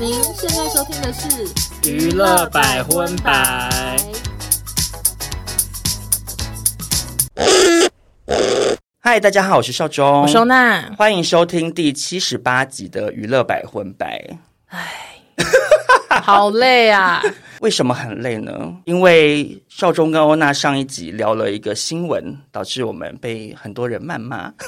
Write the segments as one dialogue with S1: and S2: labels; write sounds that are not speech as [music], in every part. S1: 您现在收听的是《
S2: 娱乐百分百》。
S3: 嗨，大家好，我是邵忠，
S1: 我收纳。
S3: 欢迎收听第七十八集的娱乐百分百。
S1: 好累啊！ [laughs]
S3: 为什么很累呢？因为邵忠跟欧娜上一集聊了一个新闻，导致我们被很多人谩骂。 [laughs]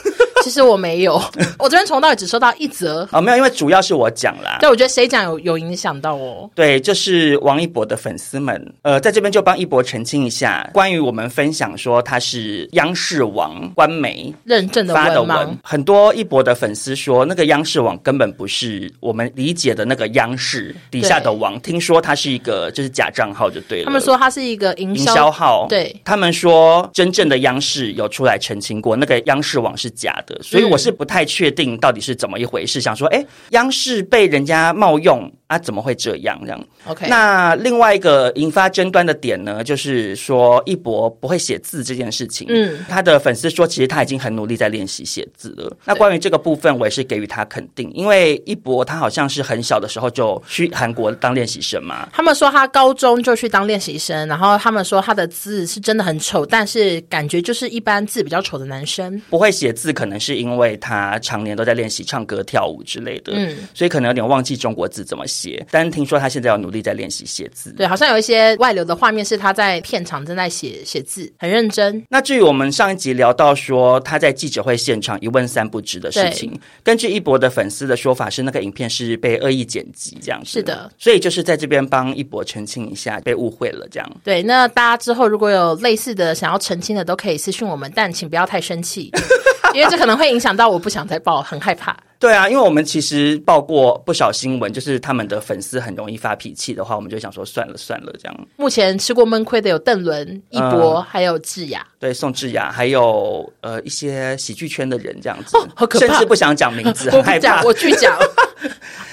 S1: 其实我没有，我这边从头到尾只收到一则。
S3: 哦，没有，因为主要是我讲啦。
S1: 对，我觉得谁讲有有影响到我。
S3: 对，就是王一博的粉丝们，呃，在这边就帮一博澄清一下，关于我们分享说他是央视网官媒
S1: 认证的
S3: 发的
S1: 文
S3: 文
S1: 盲，，
S3: 很多一博的粉丝说，那个央视网根本不是我们理解的那个央视底下的网，听说它是一个就是假账号就对了。
S1: 他们说它是一个营
S3: 营销号，
S1: 对
S3: 他们说真正的央视有出来澄清过，那个央视网是假的，所以我是不太确定到底是怎么一回事。想说，哎，央视被人家冒用啊，怎么会这样？这样。
S1: OK，
S3: 那另外一个引发争端的点呢，就是说一博不会写字这件事情。
S1: 嗯，
S3: 他的粉丝说，其实他已经很努力在练习写字了。那关于这个部分，我也是给予他肯定，因为一博他好像是很小的时候就去韩国当练习生嘛。
S1: 他们说他高中就去当练习生，然后他们说他的字是真的很丑，但是感觉就是一般字比较丑的男生。
S3: 不会写字，可能是因为他常年都在练习唱歌、跳舞之类的，
S1: 嗯
S3: 所以可能有点忘记中国字怎么写。但听说他现在要努力在练习写字。
S1: 对，好像有一些外流的画面是他在片场正在写写字，很认真。
S3: 那至于我们上一集聊到说他在记者会现场一问三不知的事情，根据一博的粉丝的说法是那个影片是被恶意剪辑这样子，
S1: 是的，
S3: 所以就是在这边帮一博澄清一下，被误会了这样。
S1: 对，那大家之后如果有类似的想要澄清的，都可以私讯我们，但请不要太生气， [laughs] 因为这可能会影响到我不想再报，很害怕。
S3: 对啊，因为我们其实报过不少新闻，就是他们的粉丝很容易发脾气的话，我们就想说算了算了这样。
S1: 目前吃过闷亏的有邓伦、一博，
S3: 嗯
S1: 还有智雅。
S3: 对，宋智雅还有呃一些喜剧圈的人这样子，
S1: 哦好可怕
S3: 甚至不想讲名 [laughs] 字，
S1: 我
S3: 很
S1: 不
S3: 害
S1: 讲
S3: 怕，。
S1: 我去讲。 [laughs]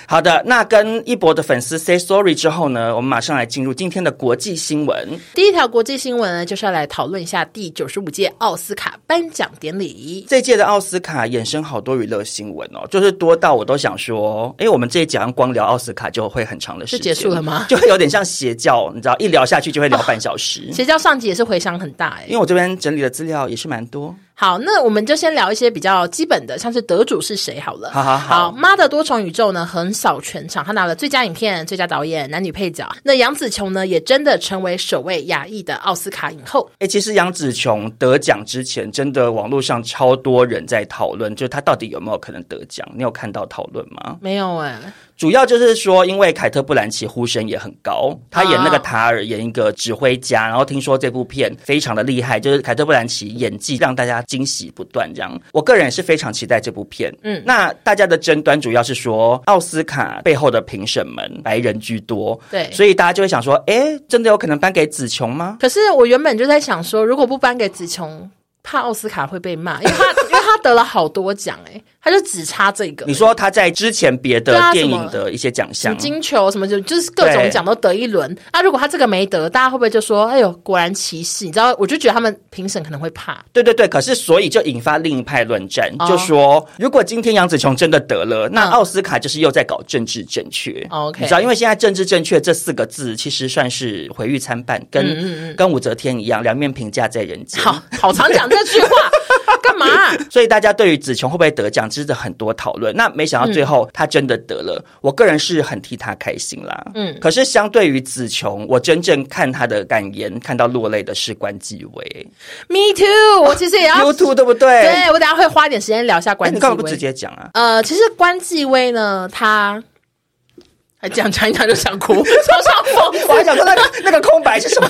S3: 好的，那跟一博的粉丝 say sorry 之后呢，我们马上来进入今天的国际新闻。
S1: 第一条国际新闻呢，就是要来讨论一下第九十五届奥斯卡颁奖典礼。
S3: 这届的奥斯卡衍生好多娱乐新闻哦，就是多到我都想说，哎，我们这一讲光聊奥斯卡就会很长的时间，
S1: 就结束了吗
S3: [laughs] 就会有点像邪教，你知道，一聊下去就会聊半小时。
S1: 邪教上集也是回响很大哎、
S3: 因为我这边整理的资料也是蛮多，
S1: 好，那我们就先聊一些比较基本的，像是得主是谁好了。
S3: 好好好
S1: 妈的多重宇宙呢横扫全场，他拿了最佳影片、最佳导演、男女配角。那杨紫琼呢，也真的成为首位亚裔的奥斯卡影后。
S3: 哎、其实杨紫琼得奖之前，真的网络上超多人在讨论，就是她到底有没有可能得奖？你有看到讨论吗？
S1: 没有哎、
S3: 主要就是说，因为凯特·布兰奇呼声也很高，她演
S1: 啊
S3: 那个塔尔，演一个指挥家，然后听说这部片非常的厉害，就是凯特·布兰奇演技让大家惊喜不断。这样，我个人也是非常期待这部片。嗯，那大家的争端主要是说，奥斯卡背后的评审们白人居多，
S1: 对
S3: 所以大家就会想说，哎，真的有可能颁给紫琼吗？
S1: 可是我原本就在想说，如果不颁给紫琼，怕奥斯卡会被骂，因为他因为他得了好多奖哎、他就只差这个。
S3: 你说他在之前别的
S1: 对啊
S3: 电
S1: 什么
S3: 影的一些奖
S1: 什
S3: 项
S1: 么，金球什么就就是各种
S3: 对
S1: 奖都得一轮。那、如果他这个没得，大家会不会就说：“哎呦，果然歧视？”你知道，我就觉得他们评审可能会怕。
S3: 对对对，可是所以就引发另一派论战，就说如果今天杨紫琼真的得了，那
S1: 哦嗯哦
S3: 奥斯卡就是又在搞政治正确。
S1: OK
S3: 你知道，因为现在政治正确这四个字其实算是毁誉参半，跟跟武则天一样，两面评价在人间。
S1: 嗯好好常讲这
S3: [laughs]
S1: 句话，干嘛、
S3: 所以大家对于紫琼会不会得奖，真的很多讨论。那没
S1: 嗯
S3: 想到最后她真的得了，我个人是很替她开心啦。嗯，可是相对于紫琼，我真正看她的感言，看到落泪的是关继威
S1: m e too，我其实也要。
S3: ，YouTube 对不对？
S1: 对，我等一下会花一点时间聊一下
S3: 哎
S1: 关
S3: 你
S1: 继
S3: 干嘛不直
S1: 威。
S3: 接讲啊？
S1: 呃，其实关继威呢，他还讲讲一讲就想
S3: [laughs]
S1: 哭，超像疯
S3: 我还想说那个那个空白是什么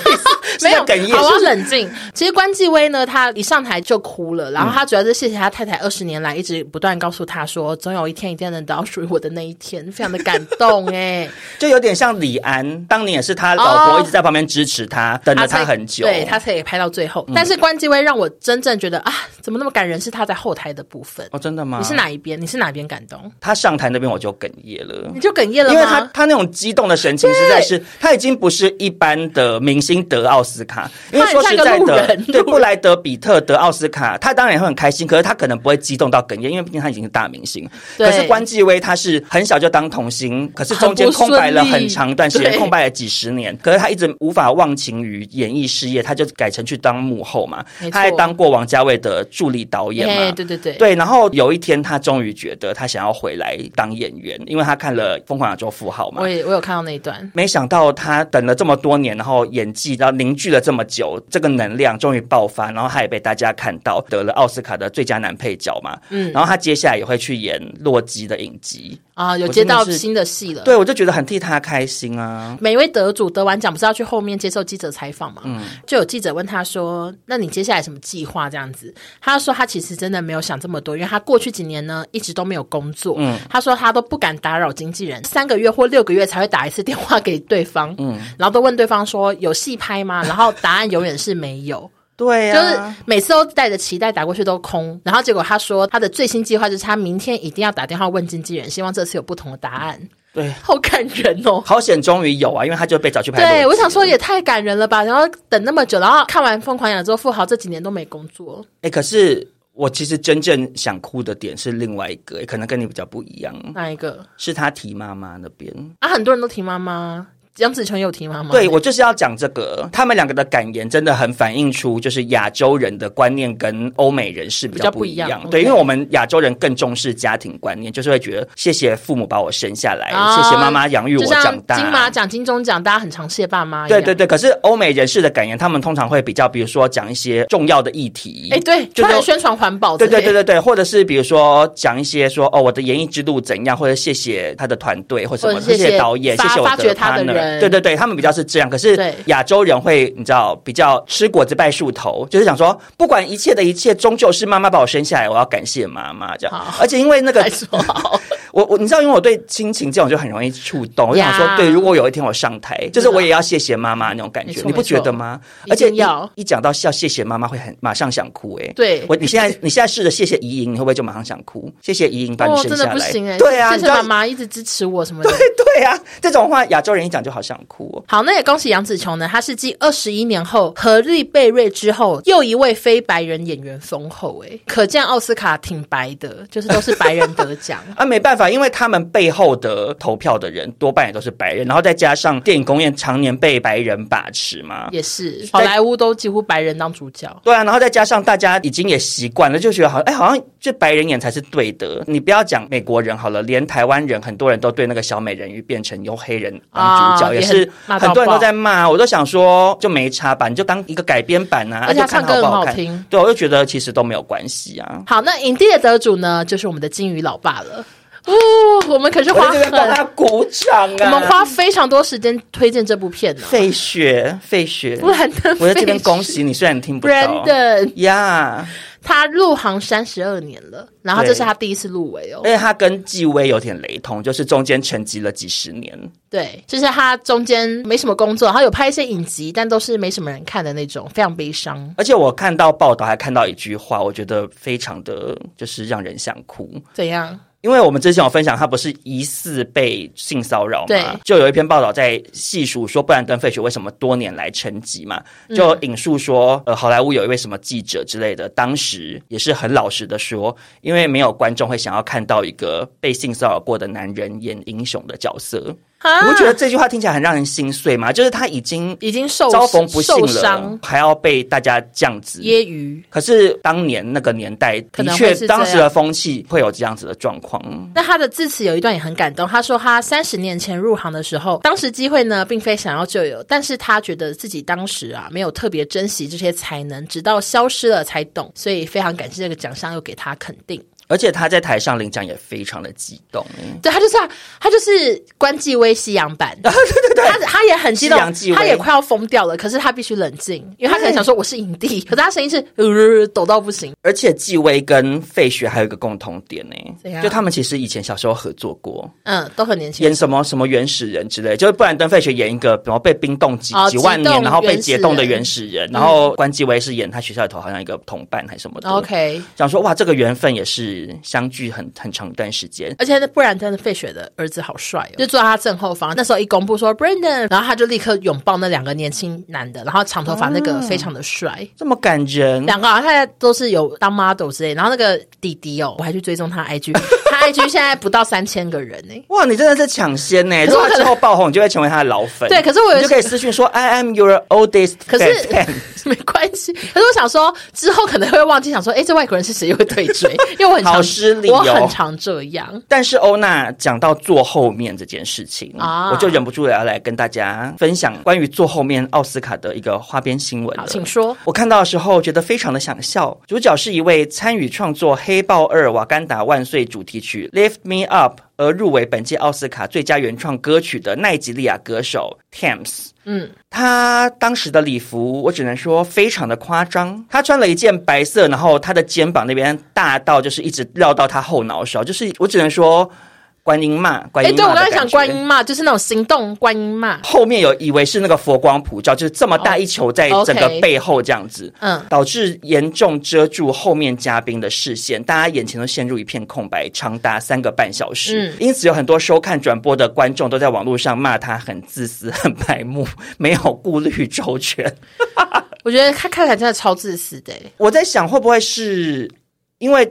S1: [laughs]
S3: 意思？
S1: 没有
S3: 是在哽咽
S1: 好，啊我要
S3: 是不是？
S1: 冷静。其实关继威呢，他一上台就哭了，然后他主要是谢谢他太太二十年来一直不断告诉他说，总有一天一定能得到属于我的那一天，非常的感动哎、
S3: 就有点像李安，当年也是他老
S1: 哦
S3: 婆一直在旁边支持他，等了
S1: 才
S3: 他很久。
S1: 啊
S3: 嗯
S1: 对他才也拍到最后。但是关继威让我真正觉得啊，怎么那么感人？是他在后台的部分。
S3: 哦，真的吗？
S1: 你是？哪一边？你是哪边感动？
S3: 他上台那边我就哽咽了
S1: 你。就哽咽了吗？
S3: 因为他他他那种激动的神情，实在是他已经不是一般的明星得奥斯卡，因为
S1: 他很
S3: 说
S1: 像
S3: 实
S1: 个
S3: 在
S1: 路
S3: 的
S1: 人，
S3: 对布莱德比特得奥斯卡，他当然也会很开心，可是他可能不会激动到哽咽，因为毕竟他已经是大明星。
S1: 对
S3: 可是关继威他是很小就当童星，可是中间
S1: 很不顺
S3: 空
S1: 利
S3: 白了很长一段时间，
S1: 对
S3: 空白了几十年，可是他一直无法忘情于演艺事业，他就改成去当幕后嘛
S1: 没，错
S3: 他还当过王家卫的助理导演
S1: 哎
S3: 嘛，
S1: 对对对，
S3: 对，然后有一天他终于觉得他想要回来当演员，因为他看了《疯狂亚洲富豪》嘛
S1: 我。也我有看到那一段。
S3: 没想到他等了这么多年，然后演技，然后凝聚了这么久，这个能量终于爆发，然后他也被大家看到，得了奥斯卡的最佳男配角嘛。
S1: 嗯
S3: 然后他接下来也会去演洛基的影集，
S1: 啊，有
S3: 我
S1: 接
S3: 真的
S1: 到
S3: 是
S1: 新的戏了。
S3: 对我就觉得很替他开心啊。
S1: 每一位得主得完奖，不是要去后面接受记者采访吗？就有记者问他说：“那你接下来什么计划？”这样子，他说他其实真的没有想这么多，因为他过去几年呢一直都没有工作。他说他都不敢打扰经纪人，三个月或六个月才会打一次电话给对方。然后都问对方说有戏拍吗？然后答案永远是没有。
S3: 对
S1: 就
S3: 呀、
S1: 是每次都带着期待打过去都空，然后结果他说他的最新计划就是他明天一定要打电话问经纪人，希望这次有不同的答案。
S3: 对，
S1: 好感人哦！
S3: 好险终于有啊，因为他就被找去拍洛基。
S1: 对，我想说也太感人了吧！然后等那么久，然后看完《疯狂亚洲富豪》这几年都没工作，
S3: 哎，可是我其实真正想哭的点是另外一个，可能跟你比较不一样，
S1: 哪一个
S3: 是他提妈妈那边。
S1: 啊？很多人都提妈妈，杨紫琼有提妈妈，
S3: 对，我就是要讲这个，他们两个的感言真的很反映出，就是亚洲人的观念跟欧美人是比较不一样。
S1: 比较不一样
S3: 对，
S1: OK
S3: 因为我们亚洲人更重视家庭观念，就是会觉得谢谢父母把我生下来，
S1: 啊
S3: 谢谢妈妈养育
S1: 就
S3: 我
S1: 像
S3: 长大。
S1: 金马奖、金钟奖，大家很常谢爸妈一样。
S3: 对对对，可是欧美人士的感言，他们通常会比较，比如说讲一些重要的议题，
S1: 哎，对，
S3: 就
S1: 他
S3: 是
S1: 很宣传环保之
S3: 对
S1: 类的，
S3: 对对对对，或者是比如说讲一些说哦，我的演艺之路怎样，或者谢谢他的团队或什么
S1: 或
S3: 的，
S1: 者谢谢
S3: 谢导演，
S1: 发
S3: 谢谢我
S1: 发掘
S3: 的
S1: 他的
S3: partner，
S1: 人
S3: 对对对，他们比较是这样。可是
S1: 对
S3: 亚洲人会你知道比较吃果子拜树头，就是想说不管一切的一切，终究是妈妈把我生下来，我要感谢妈妈这样
S1: 好。
S3: 而且因为那个
S1: 来说好，
S3: 我我你知道，因为我对亲情这种就很容易触动，我就想说
S1: 呀嗯
S3: 对，如果有一天我上台，就是我也要谢谢妈妈那种感
S1: 没
S3: 觉，
S1: 错
S3: 你不
S1: 没错
S3: 觉得吗？
S1: 一定
S3: 而且一
S1: 要
S3: 一讲到要谢谢妈妈，会很马上想哭哎、欸
S1: 对
S3: 我你现在你现在试着谢谢怡莹，你会不会就马上想哭？谢谢怡莹把你
S1: 哦，
S3: 生
S1: 真
S3: 下
S1: 的不
S3: 来，
S1: 行哎，
S3: 对啊，
S1: 谢
S3: 你
S1: 谢
S3: 知
S1: 妈
S3: 道
S1: 妈一直支持我什么的。
S3: 对啊，这种话亚洲人一讲就好想哭、哦。
S1: 好，那也恭喜杨紫琼呢，她是继二十一年后合力贝瑞之后，又一位非白人演员封后，哎，可见奥斯卡挺白的，就是都是白人得
S3: [laughs]
S1: 奖。
S3: 啊，没办法，因为他们背后的投票的人多半也都是白人，然后再加上电影工业常年被白人把持嘛，
S1: 也是，好莱坞都几乎白人当主角。
S3: 对啊，然后再加上大家已经也习惯了，就觉得好像哎，好像就白人演才是对的。你不要讲美国人好了，连台湾人很多人都对那个小美人鱼变成由黑人当主角，
S1: 啊
S3: 也
S1: 也
S3: 是
S1: 很骂到
S3: 很多人都
S1: 爆
S3: 在骂。我都想说就没差吧，你就当一个改编版啊，
S1: 而且
S3: 啊
S1: 他
S3: 就看
S1: 唱歌
S3: 好不
S1: 很好
S3: 看。
S1: 听
S3: 对，我就觉得其实都没有关系啊。
S1: 好，那影帝的得主呢，就是我们的金鱼老爸了。哦，我们可是
S3: 我
S1: 花
S3: 在这边帮
S1: 很，
S3: 他鼓掌
S1: 我
S3: 啊！
S1: 们花非常多时间推荐这部片呢、
S3: 费雪，
S1: [laughs]
S3: 费雪，
S1: 布兰登，
S3: 我在这边恭喜你，虽然你听不哦到。
S1: Brandon，
S3: 呀
S1: 他入行三十二年了，然后这
S3: 对
S1: 是他第一次入围哦
S3: 而。且他跟纪薇有点雷同，就是中间沉寂了几十年。
S1: 对，就是他中间没什么工作，然后有拍一些影集，但都是没什么人看的那种，非常悲伤。
S3: 而且我看到报道，还看到一句话，我觉得非常的就是让人想哭。
S1: 怎样？
S3: 因为我们之前有分享，他不是疑似被性骚扰
S1: 对
S3: 嘛，就有一篇报道在细数说布兰登·费雪为什么多年来沉寂嘛，
S1: 嗯
S3: 就引述说，呃，好莱坞有一位什么记者之类的，当时也是很老实的说，因为没有观众会想要看到一个被性骚扰过的男人演英雄的角色，
S1: 啊
S3: 你不觉得这句话听起来很让人心碎吗？就是他已经
S1: 已经受
S3: 遭逢不幸
S1: 受
S3: 了
S1: 伤，
S3: 还要被大家这样子
S1: 揶揄？
S3: 可是当年那个年代，
S1: 可
S3: 的
S1: 能会
S3: 确
S1: 是这样
S3: 当时的风气会有这样子的状况。
S1: 那他的致辞有一段也很感动，他说他三十年前入行的时候，当时机会呢并非想要就有，但是他觉得自己当时啊没有特别珍惜这些才能，直到消失了才懂，所以非常感谢这个奖项又给他肯定。
S3: 而且他在台上领奖也非常的激动，
S1: 对他就是啊，他就是关继威西洋版，对对对，他他也很激动
S3: 西洋纪，威
S1: 他也快要疯掉了，可是他必须冷静，因为他可能想说我是影帝，可是他声音是呃抖到不行，
S3: 而且纪薇跟费雪还有一个共同点呢、
S1: 怎样
S3: 就他们其实以前小时候合作过，
S1: 嗯，都很年轻
S3: 演。什么什么原始人之类，就是布兰登·费雪演一个然后被冰冻几、
S1: 哦
S3: 几万
S1: 解
S3: 年，
S1: 冻
S3: 然后被解冻的
S1: 原嗯
S3: 原始人，然后关继威是演他学校里头好像一个同伴还是什么的。
S1: OK，
S3: 想说哇，这个缘分也是就是相距很很长一段时间。
S1: 而且那布兰登的费雪的儿子好帅哦，就坐在他正后方。那时候一公布说 Brandon，然后他就立刻拥抱那两个年轻男的，然后长头发那个非常的帅。
S3: 这么感人，
S1: 两个好像现在都是有当 model 之类，然后那个弟弟哦，我还去追踪他 [laughs] IG，他 IG 现在不到三千个人呢、
S3: 哇，你真的是抢先呢！
S1: 可
S3: 如
S1: 是我
S3: 果他
S1: 可
S3: 之
S1: 能
S3: 后爆红，你就会成为他的老粉。
S1: 对可是我有
S3: 你就可以私讯说 I am your oldest
S1: 可 [laughs]
S3: fan。
S1: 是没关系，可是我想说，之后可能会忘记，想说，哎，这外国人是谁？又会退 [laughs] 追，因为我很常
S3: 好失礼哦
S1: 我很常这样。
S3: 但是欧娜讲到坐后面这件事情
S1: 啊
S3: 我就忍不住要来跟大家分享关于坐后面奥斯卡的一个花边新闻
S1: 好，
S3: 了。
S1: 请说。
S3: 我看到的时候觉得非常的想笑。主角是一位参与创作《黑豹二：瓦干达万岁》主题曲《Lift Me Up》而入围本届奥斯卡最佳原创歌曲的奈及利亚歌手 Thames。
S1: 嗯，
S3: 他当时的礼服，我只能说非常的夸张。他穿了一件白色，然后他的肩膀那边大到就是一直绕到他后脑勺，就是我只能说观音骂观
S1: 哎，
S3: 音骂
S1: 对我
S3: 的
S1: 刚
S3: 感
S1: 才讲
S3: 觉。
S1: 观音嘛，就是那种行动观音嘛。
S3: 后面有以为是那个佛光普照，就是这么大一球在整个
S1: 哦 OK
S3: 背后这样子，
S1: 嗯
S3: 导致严重遮住后面嘉宾的视线，大家眼前都陷入一片空白，长达三个半小时。
S1: 嗯
S3: 因此有很多收看转播的观众都在网络上骂他很自私、很白目，没有顾虑周全。
S1: 我觉得他看起来真的超自私的、欸。
S3: 我在想会不会是因为。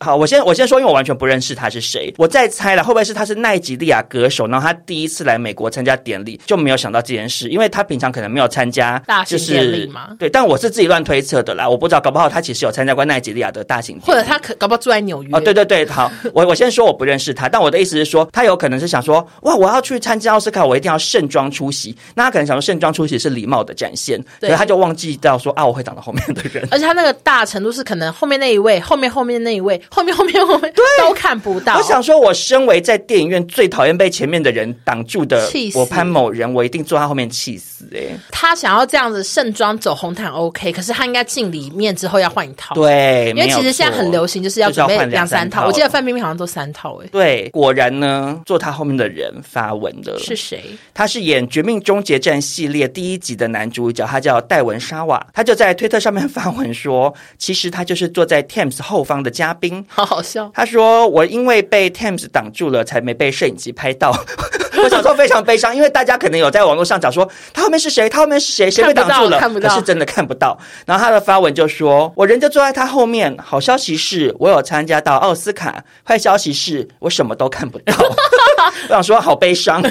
S3: 好，我先我先说，因为我完全不认识他是谁，我在猜了，会不会是他是奈及利亚歌手，然后他第一次来美国参加典礼就没有想到这件事，因为他平常可能没有参加
S1: 大型
S3: 就是
S1: 典礼吗
S3: 对，但我是自己乱推测的啦，我不知道，搞不好他其实有参加过奈及利亚的大型典礼
S1: 或者他可搞不好住在纽约，
S3: 哦，对对对，好，我我先说我不认识他，但我的意思是说，他有可能是想说，哇，我要去参加奥斯卡，我一定要盛装出席。那他可能想说，盛装出席是礼貌的展现，可
S1: 对
S3: 是他就忘记到说啊，我会挡到后面的人。
S1: 而且他那个大程度是可能后面那一位，后面后面那一位，后面后面后面都看不到。
S3: 我想说，我身为在电影院最讨厌被前面的人挡住的
S1: 气，死
S3: 我潘某人，我一定坐他后面气死哎、欸
S1: 他想要这样子盛装走红毯 OK，可是他应该进里面之后要换一套。，
S3: 对，
S1: 因为其
S3: 没有
S1: 实现在
S3: 错
S1: 很流行，就是要
S3: 就是要
S1: 准备
S3: 换两
S1: 两
S3: 三
S1: 三
S3: 套
S1: 套。我记得范冰冰好像都三套、欸，
S3: 对，果然呢，坐他后面的人发文的
S1: 是谁？ [laughs]
S3: 他是演《绝命终结战》系列第一集的男主角，他叫戴文·沙瓦。他就在推特上面发文说，其实他就是坐在 Thames 后方的嘉宾。
S1: 好好笑。
S3: 他说：“我因为被 Thames 挡住了，才没被摄影机拍到。” [laughs] 我小时候非常悲伤，因为大家可能有在网络上找说他后面是谁，他后面是谁，谁被挡住了，
S1: 看不到
S3: 可是真的看不到。然后他的发文就说：“我人就坐在他后面。好消息是我有参加到奥斯卡，坏消息是我什么都
S1: [laughs]
S3: 看不到。”我想说好悲伤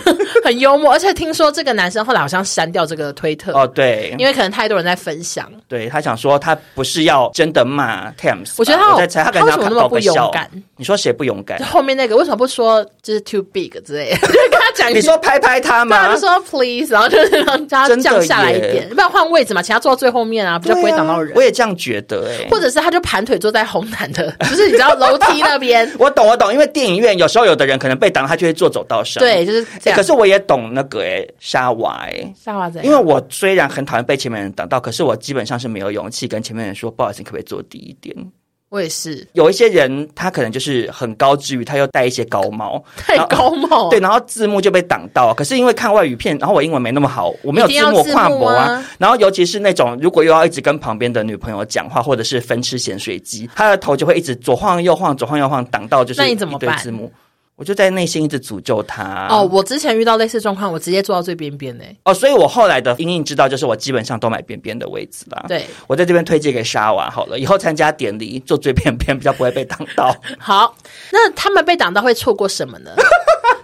S1: 很幽默，而且听说这个男生后来好像删掉这个推特，
S3: 哦，对，
S1: 因为可能太多人在分享。
S3: 对他想说，他不是要真的骂 Thames，
S1: 我觉得
S3: 吧
S1: 他
S3: 我
S1: 有
S3: 在猜他可
S1: 他
S3: 能
S1: 为什
S3: 要
S1: 么
S3: 搞
S1: 那么不
S3: 个笑
S1: 勇敢？
S3: 你说谁不勇敢
S1: 就？后面那个为什么不说就是 too big 之类的， [laughs] 就 [laughs] 跟他讲一句
S3: 你说拍拍他
S1: 对啊，
S3: 吗
S1: 就？说 please，然后就是让他
S3: 真的
S1: 降下来一
S3: 耶
S1: 点，不然换位置嘛，请他坐到最后面啊，比较不会挡到
S3: 对啊
S1: 人。
S3: 我也这样觉得哎、
S1: 或者是他就盘腿坐在红毯的， [laughs] 就是你知道楼梯那
S3: [laughs]，
S1: 边
S3: 我懂，我懂，因为电影院有时候有的人可能被挡，他就会坐走道上。
S1: 对，就是这
S3: 哎、
S1: 样。
S3: 可是我也懂那个哎、沙娃哎、
S1: 沙娃怎
S3: 因
S1: 样？
S3: 为我虽然很讨厌被前面人挡到，可是我基本上是没有勇气跟前面人说，不好意思，你可不可以坐低一点？
S1: 我也是
S3: 有一些人他可能就是很高之余，他又戴一些高帽，
S1: 太高帽，
S3: 对，，然后字幕就被挡到。啊可是因为看外语片，然后我英文没那么好，我没有
S1: 一定要
S3: 幕
S1: 字
S3: 跨
S1: 幕
S3: 模啊
S1: 啊。
S3: 然后尤其是那种如果又要一直跟旁边的女朋友讲话，或者是分吃咸水鸡，他的头就会一直左晃右晃，左晃右晃，挡到就是
S1: 那你怎么
S3: 一堆
S1: 办
S3: 字幕，我就在内心一直诅咒他。
S1: 哦，我之前遇到类似状况，我直接坐到最边边呢。
S3: 哦，所以我后来的阴影知道就是我基本上都买边边的位置啦。。
S1: 对，
S3: 我在这边推荐给沙娃好了，以后参加典礼坐最边边比较不会被挡到。
S1: [laughs] 好，那他们被挡到会错过什
S3: [laughs]
S1: 么呢？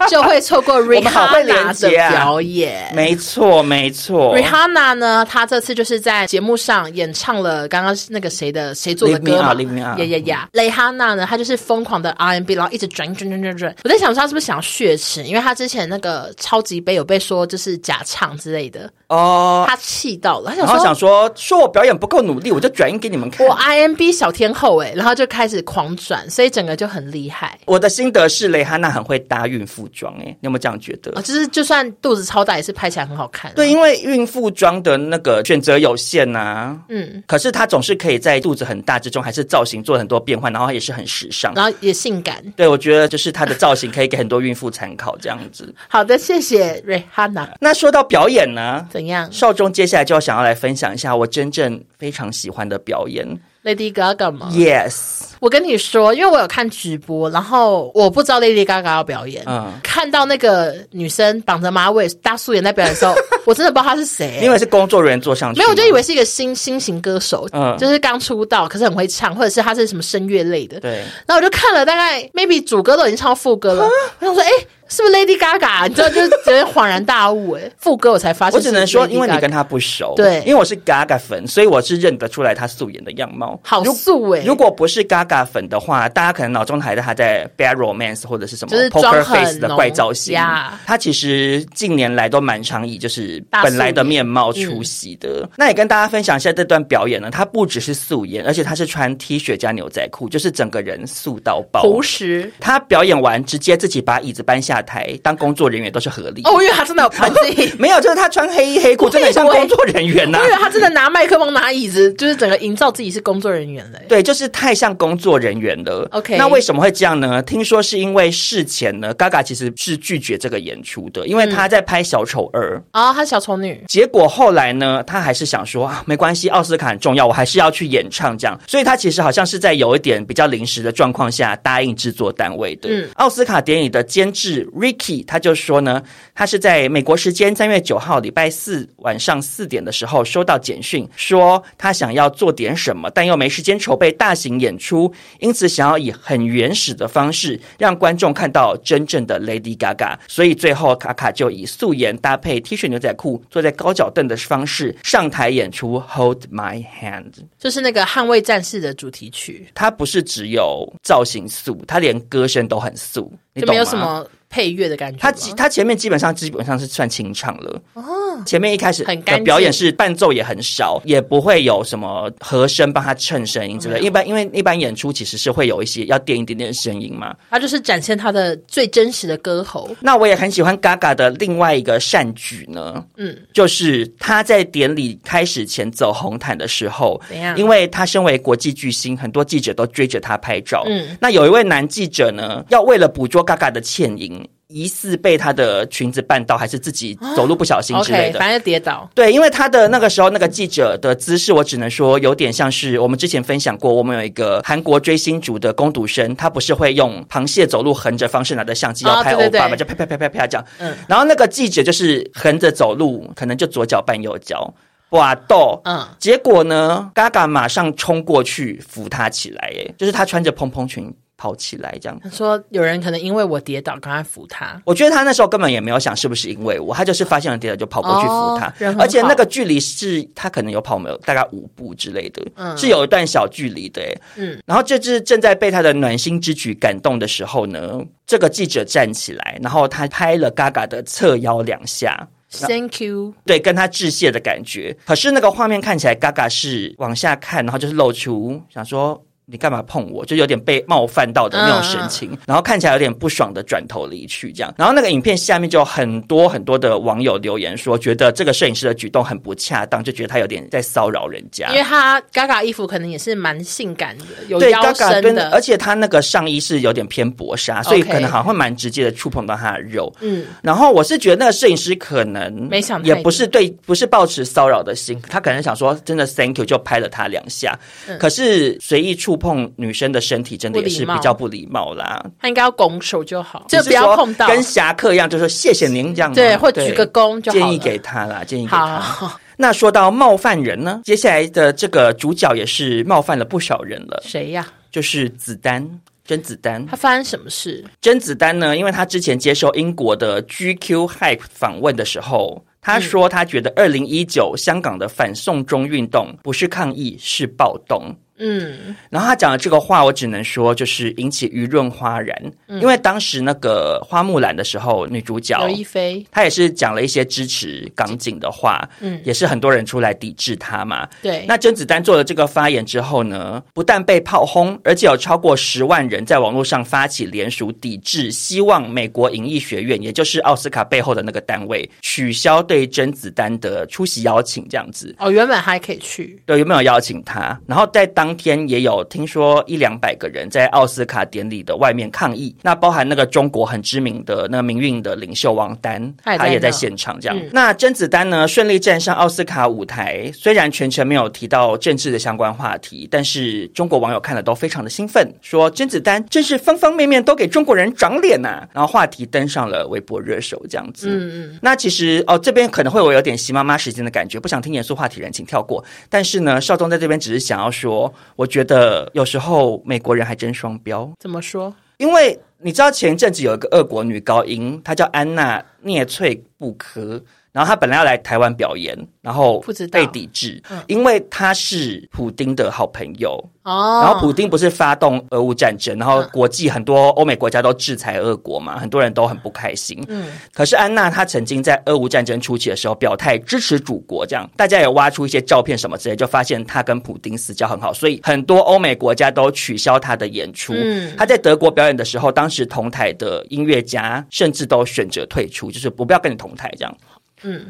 S1: 就会错过
S3: 们好会
S1: Rihanna
S3: 连
S1: 的
S3: 接啊
S1: 表演。
S3: 没错，没错。
S1: Rihanna 呢，她这次就是在节目上演唱了刚刚那个谁的谁做的
S3: Leave me
S1: 歌嘛
S3: out, leave me out
S1: 呀呀呀！蕾哈娜呢，她就是疯狂的 R&B，然后一直转转转转转。我在想说她是不是想血池，因为她之前那个超级杯有被说就是假唱之类的，
S3: 哦，
S1: 她气到了，她
S3: 然
S1: 想
S3: 后
S1: 说。
S3: 想说，说我表演不够努力，我就转印给你们看。
S1: 我 IMB 小天后哎、然后就开始狂转，所以整个就很厉害
S3: 我的心得是，蕾哈娜很会搭孕妇装，哎，你有没有这样觉得？
S1: 啊、就是就算肚子超大，也是拍起来很好看。啊
S3: 对，，因为孕妇装的那个选择有限呐、
S1: 嗯，
S3: 可是她总是可以在肚子很大之中，还是造型做很多变换，然后她也是很时尚。
S1: 然后也性感。
S3: 对，我觉得就是她的造型可以给很多孕妇参考，这样子。
S1: 好的，谢谢 Rihanna。
S3: 那说到表演呢，
S1: 怎样？
S3: 少中接下来就要想要来分享一下我真正非常喜欢的表演，
S1: Lady Gaga 吗
S3: Yes，
S1: 我跟你说，因为我有看直播，然后我不知道 Lady Gaga 要表演，
S3: 嗯
S1: 看到那个女生绑着马尾大素颜在表演的时候，我真的不知道她是谁、
S3: [laughs] 因为是工作人员坐上去
S1: 哎没有，
S3: 吗，
S1: 我就以为是一个新新型歌手，
S3: 嗯
S1: 就是刚出道，可是很会唱，或者是她是什么声乐类的。
S3: 对。啊
S1: 然后我就看了大概 maybe 主歌都已经唱到副歌了，我想说，哎、是不是 Lady Gaga？你知道，就是直接恍然大悟、
S3: [laughs]
S1: 哎，副歌我才发现
S3: 我
S1: 是 Lady
S3: 只
S1: Gaga，
S3: 能说，因为你跟他不熟，
S1: 对
S3: 因为我是 Gaga 粉，所以我是认得出来他素颜的样貌。
S1: 好
S3: 如
S1: 素哎、
S3: 如果不是 Gaga 粉的话，大家可能脑中还在他在 Bad Romance 或者是什么
S1: 就是妆
S3: Poker
S1: 很
S3: Face 的
S1: 浓
S3: 怪造型
S1: 呀。
S3: 他其实近年来都蛮常以就是
S1: 大素
S3: 本来的
S1: 颜嗯
S3: 面貌出席的。那也跟大家分享一下这段表演呢，他不只是素颜，而且他是穿 T 恤加牛仔裤，就是整个人素到爆。
S1: 朴实。
S3: 他表演完，直接自己把椅子搬下台，当工作人员都是合理。
S1: 哦，我以为他真 [laughs] 的有盘自己
S3: 没有，就是他穿黑衣黑裤，
S1: 我以为
S3: 真的很像工作
S1: [laughs]
S3: 人员呐、
S1: 我以为他真的拿麦克风、拿椅子，就是整个营造自己是工作人员嘞、
S3: 对，就是太像工作人员了。
S1: OK
S3: 那为什么会这样呢？听说是因为事前呢，Gaga 其实是拒绝这个演出的，因为她在拍《小丑二》
S1: 啊、她小丑女，
S3: 结果后来呢，她还是想说啊，没关系，奥斯卡很重要，我还是要去演唱这样。所以她其实好像是在有一点比较临时的状况下答应制作单位的。
S1: 嗯
S3: 奥斯卡典礼的监制 Ricky 他就说呢，他是在美国时间三月九号礼拜四晚上四点的时候收到简讯，说他想要做点什么，但又没时间筹备大型演出，因此想要以很原始的方式让观众看到真正的 Lady Gaga。所以最后卡卡就以素颜搭配 T 恤牛仔裤，坐在高脚凳的方式上台演出《Hold My Hand》。
S1: 就是那个《捍卫战士》的主题曲，
S3: 他不是只有造型素，他连歌声都很素，你
S1: 就
S3: 懂
S1: 没
S3: 吗？
S1: 有什么配乐的感觉吗。
S3: 他基他前面基本上基本上是算清唱了，哦，前面一开始
S1: 很干
S3: 的
S1: 净
S3: 表演是伴奏也很少，也不会有什么和声帮他衬声音之类的。一般因为一般演出其实是会有一些要垫一点点声音嘛。
S1: 他就是展现他的最真实的歌喉。
S3: 那我也很喜欢 Gaga 的另外一个善举呢，
S1: 嗯，
S3: 就是他在典礼开始前走红毯的时候
S1: 怎样，
S3: 因为他身为国际巨星，很多记者都追着他拍照。
S1: 嗯，
S3: 那有一位男记者呢，要为了捕捉 Gaga 的倩影，疑似被她的裙子绊到，还是自己走路不小心之类
S1: 哦 OK，
S3: 的。
S1: 反正跌倒。
S3: 对，因为他的那个时候那个记者的姿势，我只能说有点像是我们之前分享过，我们有一个韩国追星族的攻读生，他不是会用螃蟹走路横着方式拿着相机
S1: 哦
S3: 要拍欧
S1: 对对
S3: 巴嘛，
S1: 对
S3: 就啪啪啪啪啪这样。
S1: 嗯
S3: 然后那个记者就是横着走路，可能就左脚绊右脚，哇豆。
S1: 嗯，
S3: 结果呢，Gaga 马上冲过去扶他起来，哎，就是他穿着蓬蓬裙跑起来这样。
S1: 他说有人可能因为我跌倒，赶快扶他。
S3: 我觉得他那时候根本也没有想是不是因为我，他就是发现了跌倒就跑过去扶他
S1: 哦，人很好
S3: 而且那个距离是他可能有跑没有大概五步之类的，
S1: 嗯
S3: 是有一段小距离的、欸。
S1: 嗯，
S3: 然后这只正在被他的暖心之举感动的时候呢，这个记者站起来，然后他拍了 Gaga 的侧腰两下。
S1: Thank you。
S3: 对，跟他致谢的感觉。可是那个画面看起来，Gaga 是往下看，然后就是露出想说你干嘛碰我，就有点被冒犯到的那种神情，然后看起来有点不爽的转头离去这样。然后那个影片下面就有很多很多的网友留言说，觉得这个摄影师的举动很不恰当，就觉得他有点在骚扰人家
S1: 因。为他 Gaga 衣服可能也是蛮性感的，有
S3: 对
S1: 腰
S3: ，Gaga
S1: 身
S3: 跟而
S1: 的，
S3: 且他那个上衣是有点偏薄纱，所以
S1: OK
S3: 可能好像会蛮直接的触碰到他的肉。
S1: 嗯，
S3: 然后我是觉得那个摄影师可能
S1: 没想太
S3: 也
S1: 多
S3: 不是对，不是抱持骚扰的心，他可能想说真的 thank you 就拍了他两下，
S1: 嗯
S3: 可是随意触碰女生的身体，真的也是比较不礼貌啦，
S1: 他应该要拱手就好，
S3: 就
S1: 就是嗯不要
S3: 说
S1: 碰到。
S3: 跟侠客一样，就说谢谢您这样吗，
S1: 对，或举个躬就好了。
S3: 建议给他啦，建议给他。
S1: 好，
S3: 那说到冒犯人呢，接下来的这个主角也是冒犯了不少人了，
S1: 谁呀？
S3: 就是子丹。甄子丹，
S1: 他发生什么事？
S3: 甄子丹呢，因为他之前接受英国的 GQ Hype 访问的时候，他说他觉得二零一九香港的反送中运动不是抗议，是暴动。
S1: 嗯，
S3: 然后他讲的这个话，我只能说就是引起舆论哗然，因为当时那个花木兰的时候，女主角
S1: 刘亦菲，
S3: 她也是讲了一些支持港警的话，嗯，也是很多人出来抵制她嘛。
S1: 对，
S3: 那甄子丹做了这个发言之后呢，不但被炮轰，而且有超过十万人在网络上发起联署抵制，希望美国影艺学院，也就是奥斯卡背后的那个单位，取消对甄子丹的出席邀请。这样子，
S1: 哦，原本还可以去，
S3: 对，有没有邀请他？然后在当当天也有听说一两百个人在奥斯卡典礼的外面抗议，那包含那个中国很知名的那个民运的领袖王丹，
S1: 他也在
S3: 他也在
S1: 那嗯
S3: 现场这样。那甄子丹呢，顺利站上奥斯卡舞台，虽然全程没有提到政治的相关话题，但是中国网友看了都非常的兴奋，说甄子丹真是方方面面都给中国人长脸呐、然后话题登上了微博热搜这样子。嗯嗯。那其实哦，这边可能会我有点习妈妈时间的感觉，不想听严肃话题人请跳过。但是呢，少宗在这边只是想要说，我觉得有时候美国人还真双标。
S1: 怎么说？
S3: 因为你知道前一阵子有一个俄国女高音，她叫安娜涅翠布科，然后她本来要来台湾表演，然后
S1: 不知道嗯
S3: 被抵制，因为她是普丁的好朋友，
S1: 哦，
S3: 然后普丁不是发动俄乌战争，然后国际很多欧美国家都制裁俄国嘛，很多人都很不开心。嗯，可是安娜她曾经在俄乌战争初期的时候表态支持祖国，这样大家也挖出一些照片什么之类，就发现她跟普丁私交很好，所以很多欧美国家都取消她的演出。嗯，她在德国表演的时候，当时同台的音乐家甚至都选择退出，就是我不要跟你同台这样。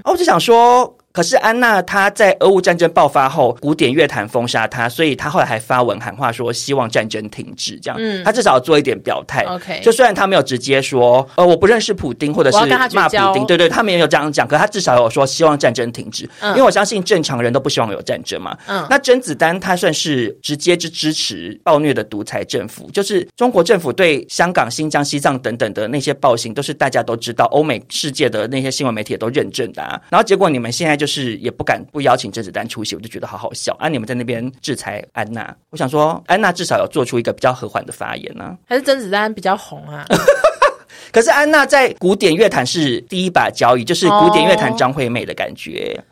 S3: 哦，我就想说，可是安娜她在俄乌战争爆发后，古典乐坛封杀她，所以她后来还发文喊话说希望战争停止，这样，嗯，她至少做一点表态。
S1: OK
S3: 就虽然她没有直接说，呃，我不认识普丁，或者是
S1: 我要跟他绝
S3: 骂
S1: 交
S3: 普丁，对对，她没有这样讲，可她至少有说希望战争停止，因为我相信正常人都不希望有战争嘛。
S1: 嗯
S3: 那甄子丹他算是直接支支持暴虐的独裁政府，就是中国政府对香港、新疆、西藏等等的那些暴行，都是大家都知道，欧美世界的那些新闻媒体也都认证的、啊。然后结果你们现在就是也不敢不邀请甄子丹出席，我就觉得好好笑啊！你们在那边制裁安娜，我想说安娜至少有做出一个比较和缓的发言啊。
S1: 还是甄子丹比较红啊？ [laughs]
S3: 可是安娜在古典乐坛是第一把交椅，就是古典乐坛张惠妹的感觉。
S1: 哦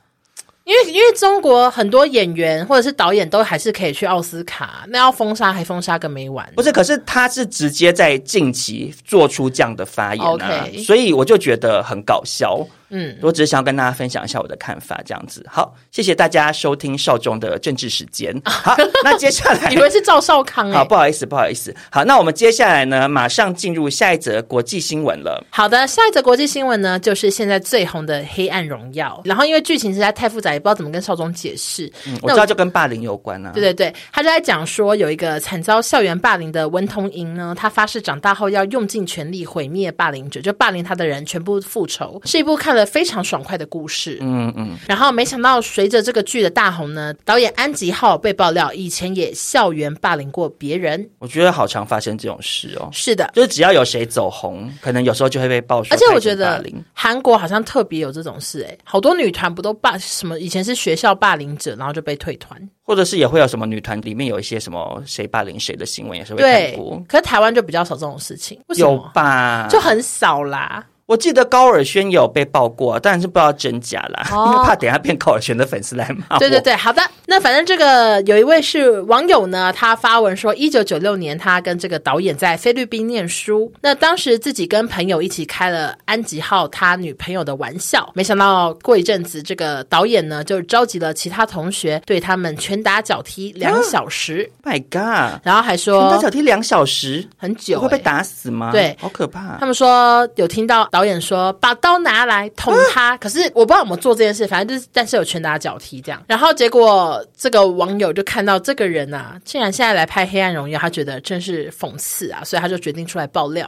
S1: 因为因为中国很多演员或者是导演都还是可以去奥斯卡，那要封杀还封杀个没完
S3: 不。是，可是他是直接在近期做出这样的发言啊
S1: OK
S3: 所以我就觉得很搞笑。
S1: 嗯，
S3: 我只是想要跟大家分享一下我的看法，这样子。好，谢谢大家收听少中的政治时
S1: [laughs]
S3: 间。好，那接下来
S1: 以为是赵少康哎、
S3: [laughs] 好，不好意思，不好意思。好，那我们接下来呢，马上进入下一则国际新闻了。
S1: 好的，下一则国际新闻呢，就是现在最红的《黑暗荣耀》。然后因为剧情实在太复杂，也不知道怎么跟少总解释。
S3: 嗯我知道就跟霸凌有关啊。
S1: 对对对，他就在讲说，有一个惨遭校园霸凌的温通莹呢，她发誓长大后要用尽全力毁灭霸凌者，就霸凌她的人全部复仇，是一部看了非常爽快的故事。
S3: 嗯嗯，
S1: 然后没想到，随着这个剧的大红呢，导演安吉浩被爆料以前也校园霸凌过别人。
S3: 我觉得好常发生这种事哦，
S1: 是的，
S3: 就是只要有谁走红，可能有时候就会被爆出。
S1: 而且我觉
S3: 霸
S1: 得
S3: 凌，
S1: 韩国好像特别有这种事、哎，好多女团不都霸什么？以前是学校霸凌者，然后就被退团。
S3: 或者是也会有什么女团里面有一些什么谁霸凌谁的新闻，也是会看
S1: 对
S3: 过，。
S1: 可是台湾就比较少这种事情，为什
S3: 有
S1: 么？
S3: 吧？
S1: 就很少啦。
S3: 我记得高尔宣有被爆过，但是不知道真假啦，
S1: 哦
S3: 因为怕等一下变高尔宣的粉丝来骂
S1: [laughs]
S3: 我。
S1: 对对对，好的。那反正这个有一位是网友呢，他发文说，一九九六年他跟这个导演在菲律宾念书，那当时自己跟朋友一起开了安吉浩他女朋友的玩笑，没想到过一阵子，这个导演呢就召集了其他同学，对他们拳打脚踢两小时，
S3: Oh ，My God，
S1: 然后还
S3: 拳打
S1: 说
S3: 脚踢两小时，
S1: 很久、
S3: 会被
S1: 欸
S3: 打死吗？
S1: 对
S3: 好可怕啊
S1: 他。们说有听到导演说把刀拿来捅他，可是我不知道有没有做这件事，反正就是但是有拳打脚踢这样。然后结果这个网友就看到这个人啊，竟然现在来拍《黑暗荣耀》，他觉得真是讽刺啊，所以他就决定出来爆料。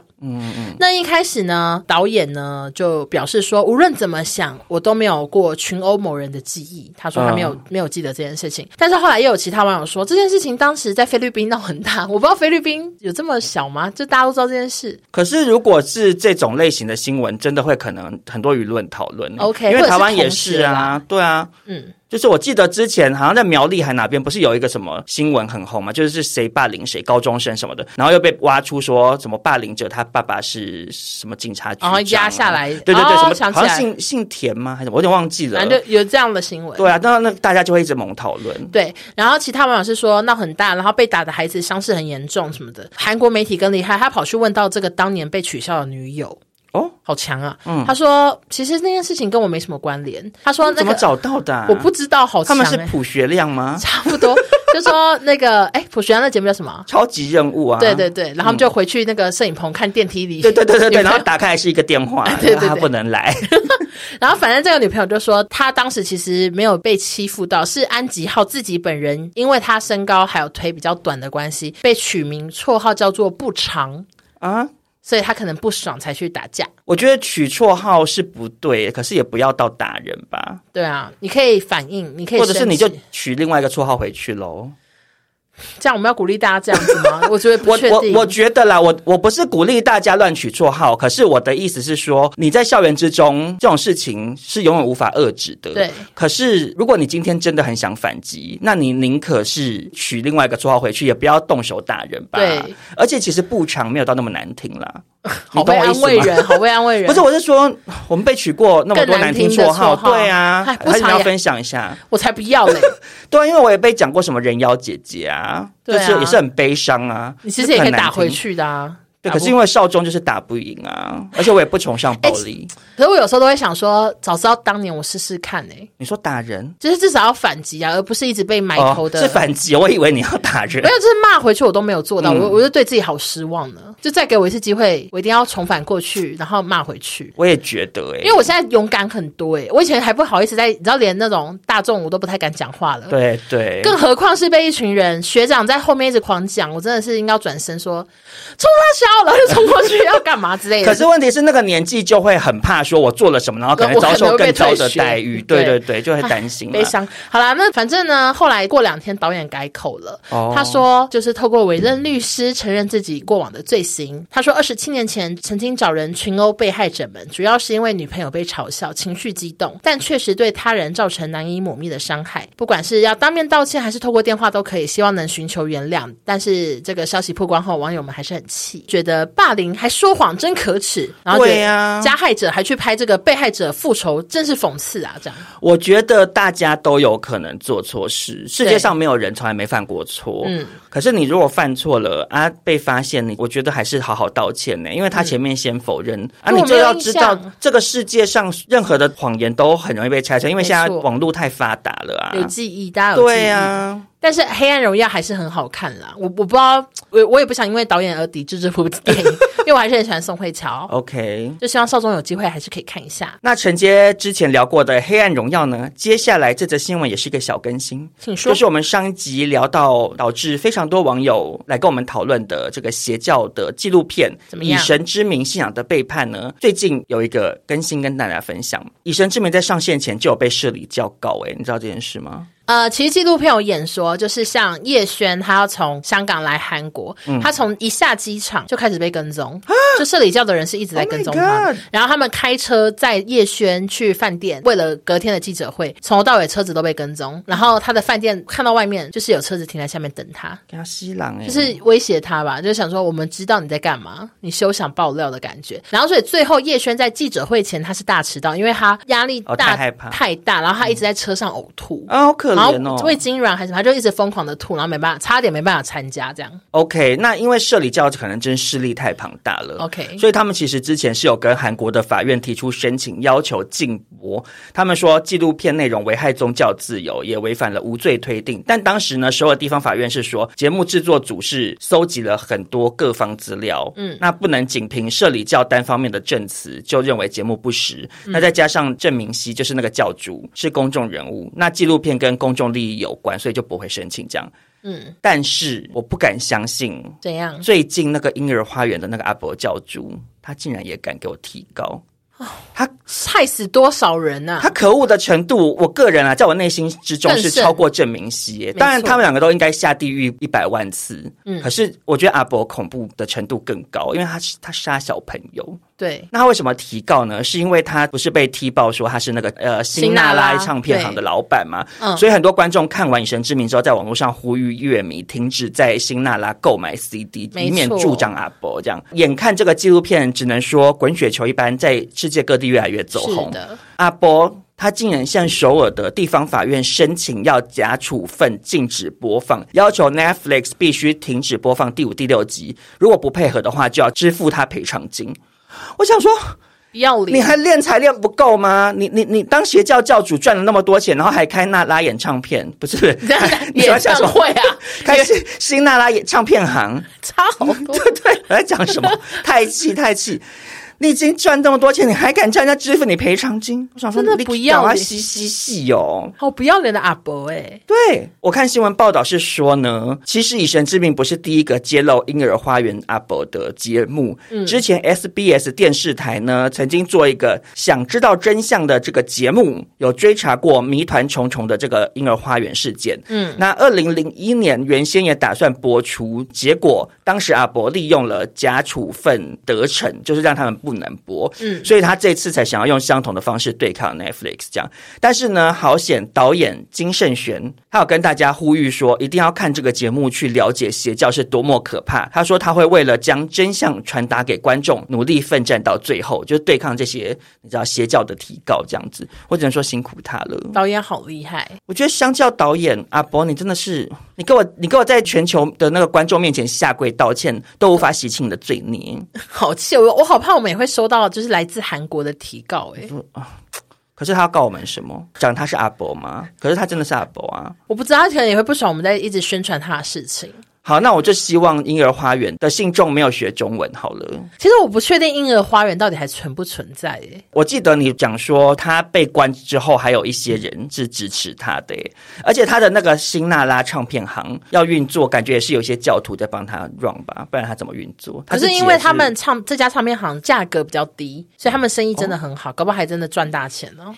S1: 那一开始呢，导演呢就表示说，无论怎么想，我都没有过群殴某人的记忆。他说他没有、没有记得这件事情，但是后来又有其他网友说，这件事情当时在菲律宾闹很大，我不知道菲律宾有这么小吗？就大家都知道这件事。
S3: 可是如果是这种类型的新闻，真的会可能很多舆论讨论。
S1: OK，
S3: 因为
S1: 或者是
S3: 台湾也
S1: 同
S3: 是
S1: 学
S3: 啊
S1: 啦，
S3: 对啊，
S1: 嗯，
S3: 就是我记得之前好像在苗栗还哪边，不是有一个什么新闻很红嘛，就是是谁霸凌谁高中生什么的，然后又被挖出说什么霸凌者他爸爸是什么警察局、啊，
S1: 然后哦压下来
S3: 对对对，
S1: 哦
S3: 什么
S1: 想起
S3: 好
S1: 来
S3: 像姓姓田吗？还是什么？我有点忘记了
S1: 反。正就有这样的新闻。
S3: 对啊，那那大家就会一直猛讨论。
S1: 对，然后其他网友是说闹很大，然后被打的孩子伤势很严重什么的。韩国媒体更厉害，他跑去问到这个当年被取笑的女友，
S3: 哦，
S1: 好强啊！他说其实那件事情跟我没什么关联。他说那
S3: 怎么
S1: 个
S3: 找到的啊、
S1: 我不知道，好
S3: 他
S1: 强、
S3: 们是
S1: 欸，
S3: 普学亮吗？
S1: [laughs] 差不多就说那个哎，普学安的节目叫什么？
S3: 超级任务啊！
S1: 对对对，然后他们就回去那个摄影棚看电梯里，
S3: [laughs] 对对对对对，
S1: [laughs] 有没有
S3: 然后打开还是一个电话，
S1: [laughs] 对对对
S3: 因为他不能来。 [laughs]
S1: 然后反正这个女朋友就说，她当时其实没有被欺负到，是安吉浩自己本人，因为她身高还有腿比较短的关系，被取名绰号叫做不长，
S3: 啊，
S1: 所以她可能不爽才去打架。
S3: 我觉得取绰号是不对，可是也不要到打人吧，
S1: 对啊，你可以反应，你可以
S3: 或
S1: 生气，
S3: 者是你就取另外一个绰号回去喽。
S1: 这样，我们要鼓励大家这样子
S3: [laughs]
S1: 吗？我觉得不
S3: 我
S1: 确
S3: 我
S1: 定。
S3: 我觉得啦，我我不是鼓励大家乱取绰号，可是我的意思是说，你在校园之中这种事情是永远无法遏制的。
S1: 对。
S3: 可是如果你今天真的很想反击，那你宁可是取另外一个绰号回去，也不要动手打人吧。
S1: 对。
S3: 而且其实不长没有到那么难听
S1: [laughs]
S3: 啦。
S1: 好会
S3: 你懂我意
S1: 安
S3: 思吗
S1: 慰人，好会安慰人。
S3: 不是，，我是说我们被取过那么多
S1: 更难
S3: 听
S1: 听的
S3: 绰号，
S1: 绰号
S3: 对啊，
S1: 哎不
S3: 还是你
S1: 长
S3: 要
S1: 也
S3: 分享一下。
S1: 我才不要嘞！
S3: 对啊，因为我也被讲过什么人妖姐姐啊，
S1: 对啊
S3: 就是也是很悲伤啊。
S1: 你其实也可以
S3: 很难
S1: 打回
S3: 听
S1: 去的啊。
S3: 对，
S1: 打
S3: 可
S1: 不
S3: 是因为少中就是打不赢啊，而且我也不崇尚暴力。
S1: 可是我有时候都会想说，早知道当年我试试看呢、
S3: 你说打人，
S1: 就是至少要反击啊，而不是一直被埋头的。
S3: 哦、是反击，我以为你要打
S1: [laughs]
S3: 人
S1: 没。有，就是骂回去我都没有做
S3: 嗯
S1: 到，我我就对自己好失望呢。就再给我一次机会，我一定要重返过去，然后骂回去。
S3: 我也觉得、欸，
S1: 因为我现在勇敢很多欸诶、我以前还不好意思在，你知道，连那种大众我都不太敢讲话了，
S3: 对对，
S1: 更何况是被一群人学长在后面一直狂讲，我真的是应该要转身说冲他笑，然后就冲过去要干嘛之类的。
S3: 可是问题是，那个年纪就会很怕，说我做了什么，然后可能
S1: 我
S3: 遭
S1: 可能
S3: 受
S1: 会
S3: 更
S1: 被
S3: 糟
S1: 退
S3: 的
S1: 学
S3: 待遇。对
S1: 对
S3: 对对，就会担心啊啦
S1: 悲伤。好啦，那反正呢，后来过两天导演改口了，
S3: 哦
S1: 他说就是透过委任律师承认自己过往的罪行。他说二十七年前曾经找人群殴被害者们，主要是因为女朋友被嘲笑，情绪激动，但确实对他人造成难以抹灭的伤害。不管是要当面道歉还是透过电话都可以，希望能寻求原谅。但是这个消息曝光后，网友们还是很气，觉得霸凌还说谎真可耻，然后觉得
S3: 对啊呀
S1: 加害者还去拍这个被害者复仇，真是讽刺啊！这样。
S3: 我觉得大家都有可能做错事，世界上没有人从来没犯过错。嗯，可是你如果犯错了啊，被发现，你我觉得还是好好道歉呢，因为他前面先否认、啊，
S1: 因为嗯
S3: 你
S1: 我
S3: 就
S1: 没有
S3: 要
S1: 印
S3: 知道
S1: 象
S3: 这个世界上任何的谎言都很容易被拆穿，因为
S1: 没
S3: 现在
S1: 错
S3: 网络太发达了啊。
S1: 有记忆，大家有记忆。
S3: 对啊，
S1: 但是《黑暗荣耀》还是很好看啦。我我不知道，我我也不想因为导演而抵制这部电影，因为我还是很喜欢宋慧乔，
S3: 哦 OK。
S1: 就希望少宗有机会还是可以看一下。
S3: 那承接之前聊过的《黑暗荣耀》呢，接下来这则新闻也是一个小更新，
S1: 请说，
S3: 就是我们上一集聊到导致非常多网友来跟我们讨论的这个邪教的纪录片
S1: 怎
S3: 《
S1: 么
S3: 以
S1: 样
S3: 神之名：信仰的背叛》呢，最近有一个更新跟大家分享，《以神之名》在上线前就有被社里教告、诶，你知道这件事吗？
S1: 呃，其实纪录片有演说，就是像叶轩，他要从香港来韩国，
S3: 嗯
S1: 他从一下机场就开始被跟踪，就社里教的人是一直在跟踪
S3: 啊 Oh
S1: 他
S3: my
S1: 的
S3: God
S1: 然后他们开车载叶轩去饭店，为了隔天的记者会，从头到尾车子都被跟踪，然后他的饭店看到外面就是有车子停在下面等他，
S3: 给他吸狼、哎诶，
S1: 就是威胁他吧，就是想说我们知道你在干嘛，你休想爆料的感觉。然后所以最后叶轩在记者会前他是大迟到，因为他压力大、
S3: 哦太害怕
S1: 太大，然后他一直在车上呕吐。
S3: 啊，好可
S1: 然
S3: 怜
S1: 后
S3: 哦。
S1: 胃痉挛还是什么，他就一直疯狂的吐，然后没办法，差点没办法参加这样。
S3: OK，那因为社里教可能真势力太庞大了
S1: OK
S3: 所以他们其实之前是有跟韩国的法院提出申请，要求禁播。他们说纪录片内容危害宗教自由，也违反了无罪推定。但当时呢，首尔地方法院是说，节目制作组是搜集了很多各方资料，嗯，那不能仅凭社里教单方面的证词就认为节目不实。那再加上郑明熙就是那个教主是公众人物，那纪录片跟公众利益有关，所以就不会申请这样。
S1: 嗯，
S3: 但是我不敢相信，
S1: 怎样？
S3: 最近那个婴儿花园的那个阿伯教主，他竟然也敢给我提高，
S1: 害死多少人啊呐、
S3: 他可恶的程度，我个人啊，在我内心之中是
S1: 更甚
S3: 超过郑明熙耶。
S1: 错
S3: 当然，他们两个都应该下地狱一百万次。可是我觉得阿伯恐怖的程度更高，因为他是他杀小朋友。
S1: 对，
S3: 那他为什么提告呢？是因为他不是被踢爆说他是那个呃新纳拉唱片行的老板嘛？
S1: 嗯
S3: 所以很多观众看完《以神之名》之后，在网络上呼吁乐迷停止在新纳拉购买 CD，
S1: 没错
S3: 以免助长阿伯这样。眼看这个纪录片只能说滚雪球一般，在世界各地越来越走
S1: 是
S3: 红。
S1: 的，
S3: 阿波他竟然向首尔的地方法院申请要假处分禁止播放，要求 Netflix 必须停止播放第五、第六集，如果不配合的话，就要支付他赔偿金。我想说，
S1: 不要
S3: 你
S1: 脸，？
S3: 还练才练不够吗？你你你当邪教教主赚了那么多钱，然后还开那拉演唱片，不是 [laughs] 你喜
S1: 演
S3: 欢想
S1: 唱
S3: 什么？
S1: 会啊，
S3: 开新新那拉演唱片行，
S1: 差好多。
S3: [laughs] 对对，我在
S1: [laughs]
S3: 讲什么？太气太气！你已经赚这么多钱，你还敢叫人家支付你赔偿金？我想说，
S1: 真的
S3: 你
S1: 不要
S3: 搞啊
S1: 脸
S3: 嘻嘻嘻哦！
S1: 好不要脸的阿伯哎、
S3: 对我看新闻报道是说呢，其实以神之名不是第一个揭露婴儿花园阿伯的节目，之前 SBS 电视台呢曾经做一个想知道真相的这个节目，有追查过谜团重重的这个婴儿花园事件。嗯，那二零零一年原先也打算播出，结果当时阿伯利用了假处分得逞，就是让他们不能播。嗯，所以他这次才想要用相同的方式对抗 Netflix 这样。但是呢，好险导演金圣玄他有跟大家呼吁说，一定要看这个节目去了解邪教是多么可怕。他说他会为了将真相传达给观众，努力奋战到最后，就是对抗这些你知道邪教的提告这样子。我只能说辛苦他了。
S1: 导演好厉害，
S3: 我觉得相较导演阿伯，你真的是你给我你给我在全球的那个观众面前下跪道歉，都无法洗清你的罪孽。
S1: 好气哦我，我好怕我们也会收到就是来自韩国的提告哎、
S3: 可是他要告我们什么？讲他是阿伯吗？可是他真的是阿伯啊。
S1: 我不知道他可能也会不爽我们在一直宣传他的事情。
S3: 好，那我就希望婴儿花园的信众没有学中文好了。
S1: 其实我不确定婴儿花园到底还存不存在哎、
S3: 我记得你讲说他被关之后，还有一些人是支持他的耶，而且他的那个辛那拉唱片行要运作，感觉也是有一些教徒在帮他 run 吧，不然他怎么运作？
S1: 可
S3: 自
S1: 是
S3: 己
S1: 因为
S3: 也
S1: 他们唱这家唱片行价格比较低，所以他们生意真的很好，搞不好还真的赚大钱哦呢、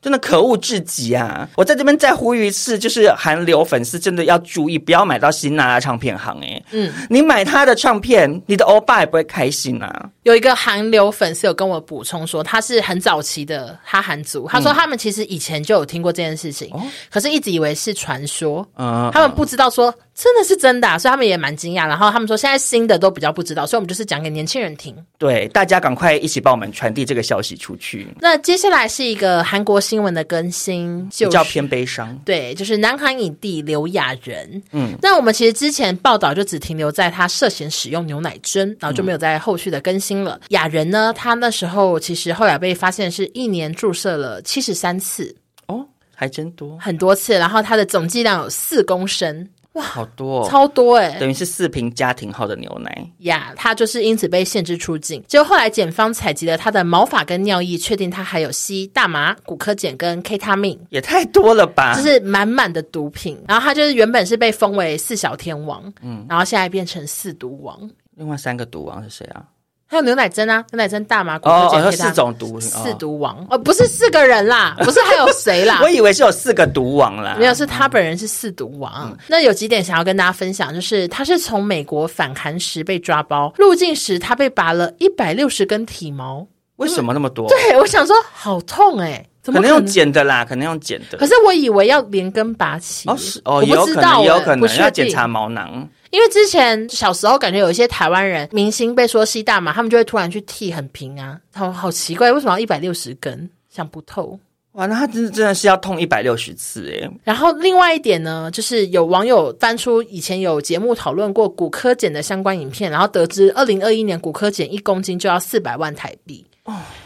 S3: 真的可恶至极啊！我在这边再呼吁一次，就是韩流粉丝真的要注意，不要买到辛娜拉唱片行哎、嗯，你买他的唱片，你的欧巴也不会开心啊。
S1: 有一个韩流粉丝有跟我补充说，他是很早期的哈韩族，他
S3: 嗯
S1: 说他们其实以前就有听过这件事情，
S3: 哦
S1: 可是一直以为是传说，
S3: 嗯，
S1: 他们不知道说真的是真的、啊，所以他们也蛮惊讶。然后他们说现在新的都比较不知道，所以我们就是讲给年轻人听。
S3: 对，大家赶快一起帮我们传递这个消息出去，
S1: 那接下来是一个韩国新闻的更新，就
S3: 比较
S1: 是
S3: 偏悲伤。
S1: 对，就是南韩影帝刘亚仁。嗯，那我们其实之前报道就只停留在他涉嫌使用牛奶针，然后就没有在后续的更新了。亚仁呢，他那时候其实后来被发现是一年注射了七十三次，
S3: 哦，还真多，
S1: 很多次，然后他的总剂量有四公升，
S3: 好多、哦，
S1: 超多哎、
S3: 等于是四瓶家庭号的牛奶。
S1: 呀他就是因此被限制出境。结果后来检方采集了他的毛发跟尿液，确定他还有吸大麻、骨科碱跟 K 他命。
S3: 也太多了吧！
S1: 就是满满的毒品。然后他就是原本是被封为四小天王，嗯，然后现在变成四毒王。
S3: 另外三个毒王是谁啊？
S1: 还有牛奶针啊，牛奶针大麻果
S3: 哦
S1: 汁
S3: 哦，
S1: 碱
S3: 有
S1: 可以打
S3: 四种毒，
S1: 四
S3: 哦。
S1: 毒王，哦，不是四个人
S3: [laughs]
S1: 啦，不是还有谁啦
S3: 我？以为是有四个毒王啦，
S1: 没有，是他本人是四毒王。啊
S3: 嗯
S1: 那有几点想要跟大家分享，就是他是从美国返韩时被抓包，入境时他被拔了一百六十根体毛。
S3: 为什么那么多？
S1: 对，我想说好痛哎、怎
S3: 可
S1: 么
S3: 能
S1: 可
S3: 用
S1: 能？
S3: 剪的啦，可能用剪的。
S1: 可是我以为要连根拔起，
S3: 哦，是哦，
S1: 我
S3: 也有
S1: 不知
S3: 可
S1: 道
S3: 能，
S1: 欸，
S3: 也有可
S1: 不
S3: 能
S1: 确
S3: 要检
S1: 定
S3: 查毛囊。
S1: 因为之前小时候感觉有一些台湾人明星被说吸大麻，他们就会突然去剃很平啊，好好奇怪，为什么要一百六十根？想不透。
S3: 哇，那他真的真的是要痛一百六十次欸诶。
S1: 然后另外一点呢，就是有网友翻出以前有节目讨论过骨科碱的相关影片，然后得知二零二一年骨科碱一公斤就要四百万台币。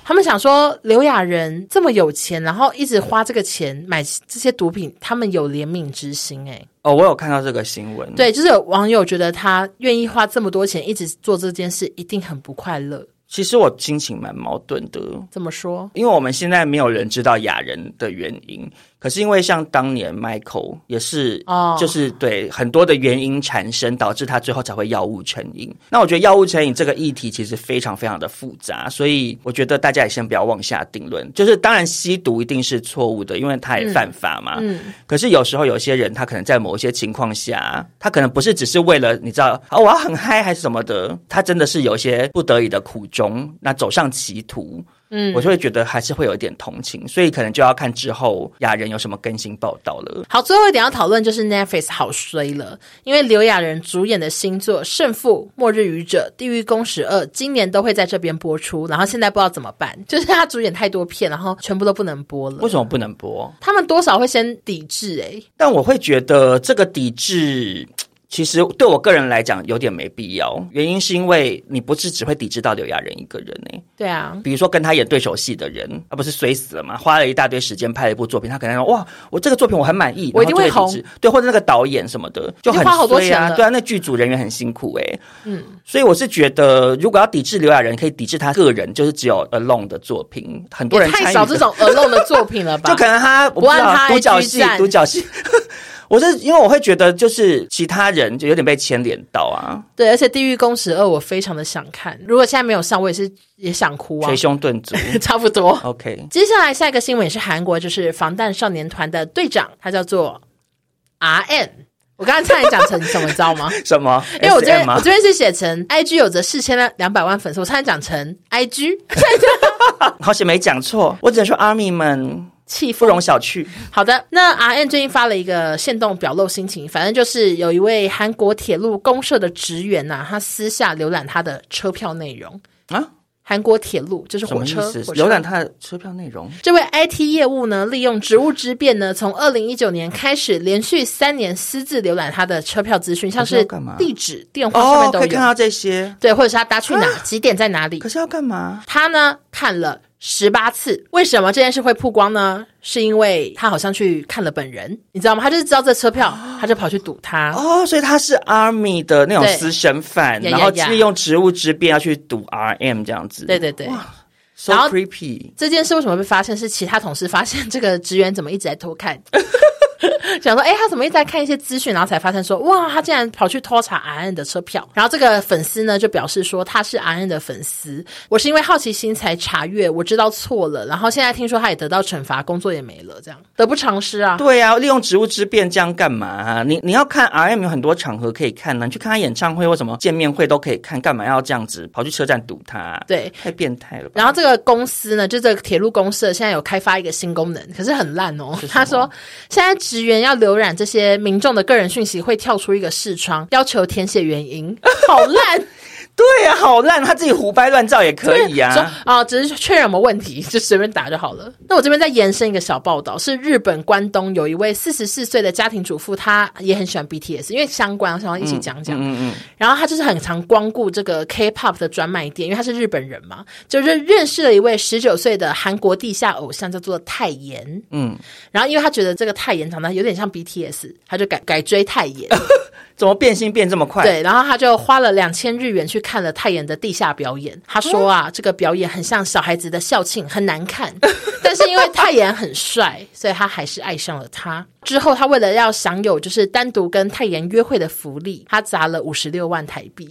S1: 他们想说刘亚仁这么有钱，然后一直花这个钱买这些毒品，他们有怜悯之心哎、
S3: 哦，我有看到这个新闻。，
S1: 对，就是有网友觉得他愿意花这么多钱一直做这件事，一定很不快乐。
S3: 其实我心情蛮矛盾的，
S1: 怎么说？
S3: 因为我们现在没有人知道雅人的原因，可是因为像当年 Michael 也是，
S1: 哦
S3: 就是对很多的原因产生，导致他最后才会药物成瘾。那我觉得药物成瘾这个议题其实非常非常的复杂，所以我觉得大家也先不要妄下定论。就是当然吸毒一定是错误的，因为它也犯法嘛。
S1: 嗯，
S3: 可是有时候有些人，他可能在某一些情况下，他可能不是只是为了你知道哦，我要很嗨还是什么的，他真的是有一些不得已的苦衷，那走上歧途，嗯，我就会觉得还是会有一点同情，所以可能就要看之后雅人有什么更新报道了。
S1: 好，最后一点要讨论就是 Netflix 好衰了，因为刘亚仁主演的新作《胜负》《末日愚者》《地狱公使二》今年都会在这边播出，然后现在不知道怎么办，就是他主演太多片，然后全部都不能播了
S3: 为。什么不能播？
S1: 他们多少会先抵制哎、欸
S3: 但我会觉得这个抵制。其实对我个人来讲有点没必要，原因是因为你不是只会抵制到刘亚仁一个人欸呢、
S1: 对啊，
S3: 比如说跟他演对手戏的人，啊他不是衰死了吗？花了一大堆时间拍了一部作品，他可能说哇，我这个作品我很满意，
S1: 我一定
S3: 然后就
S1: 会
S3: 抵制，对，或者那个导演什么的就很
S1: 已经花好多
S3: 衰啊
S1: 钱了
S3: 对啊，那剧组人员很辛苦哎、嗯，所以我是觉得，如果要抵制刘亚仁，可以抵制他个人，就是只有 Alone 的作品，很多
S1: 也
S3: 人参
S1: 太
S3: 与
S1: 少
S3: 的
S1: 这种 alone 的作品了吧？
S3: [laughs] 就可能他
S1: 不
S3: 我不
S1: 按
S3: 知道
S1: 他
S3: 独角
S1: IG
S3: 戏，
S1: 站
S3: 独角戏。 [laughs] 我是因为我会觉得，就是其他人就有点被牵连到啊，
S1: 对，而且《地狱公使二》我非常的想看，如果现在没有上，我也是也想哭啊
S3: 捶，胸顿足。
S1: [laughs] 差不多。
S3: OK，
S1: 接下来下一个新闻也是韩国，就是防弹少年团的队长，他叫做 R N。我刚刚差点讲成什么，你知道
S3: [laughs]
S1: 吗？
S3: 什么？
S1: 因为我这边
S3: SM 吗
S1: 我这边是写成 I G 有着四千两百万粉丝，我差点讲成 I G，
S3: 好险没讲错，我只能说阿米们
S1: 气
S3: 不
S1: 疯。
S3: 容小觑。
S1: 好的，那 R N 最近发了一个线动表露心情，反正就是有一位韩国铁路公社的职员呐、他私下浏览他的车票内容
S3: 啊。
S1: 韩国铁路就是
S3: 什
S1: 火
S3: 么意
S1: 车
S3: 思？，
S1: 火车
S3: 浏览他的车票内容，
S1: 这位 IT 业务呢，利用职务之便呢，从二零一九年开始，连续三年私自浏览他的车票资讯，像
S3: 可是要
S1: 是
S3: 干嘛
S1: 地址、电话上
S3: 哦
S1: 面，都
S3: 可以
S1: 有，
S3: 看到这些。
S1: 对，或者是他搭去哪、几点在哪里
S3: 可。是要干嘛？
S1: 他呢看了十八次，为什么这件事会曝光呢？是因为他好像去看了本人，你知道吗？他就是知道这车票，他就跑去赌他。
S3: 哦，所以他是 Army 的那种
S1: 对
S3: 私生饭，
S1: 呀
S3: 然后
S1: 呀呀
S3: 利用职务之便要去赌 RM 这样子。
S1: 对对对。
S3: ，so
S1: 然后
S3: creepy。
S1: 这件事为什么被发现？是其他同事发现这个职员怎么一直在偷看， [laughs] 想说，哎、他怎么一直在看一些资讯，然后才发现说，哇，他竟然跑去偷查 R N 的车票。然后这个粉丝呢就表示说，他是 R N 的粉丝，我是因为好奇心才查阅，我知道错了，然后现在听说他也得到惩罚，工作也没了，这样得不偿失啊。
S3: 对啊，利用职务之便这样干嘛、你你要看 RM 有很多场合可以看呢、你去看他演唱会或什么见面会都可以看，干嘛要这样子跑去车站堵他、
S1: 对
S3: 太变态了吧！
S1: 然后这个公司呢，就这个铁路公社现在有开发一个新功能，可是很烂哦。他说，现在职员要浏览这些民众的个人讯息，会跳出一个视窗，要求填写原因，好烂。
S3: 对呀、好烂，他自己胡掰乱造也可以
S1: 说
S3: 啊。
S1: 啊、只是确认有没有问题，就随便打就好了。那我这边再延伸一个小报道，是日本关东有一位四十四岁的家庭主妇，她也很喜欢 BTS，因为相关我想要一起讲讲。
S3: 嗯嗯，
S1: 然后他就是很常光顾这个 K-pop 的专卖店，因为他是日本人嘛，就是认识了一位十九岁的韩国地下偶像，叫做泰妍。
S3: 嗯，
S1: 然后因为他觉得这个泰妍长得有点像 BTS，他就改改追泰妍。
S3: 怎么变心变这么快？
S1: 对，然后他就花了两千日元去看了泰妍的地下表演。他说啊，这个表演很像小孩子的校庆，很难看。 [laughs] 但是因为泰妍很帅，所以他还是爱上了他。之后，他为了要享有就是单独跟泰妍约会的福利，他砸了五十六万台币。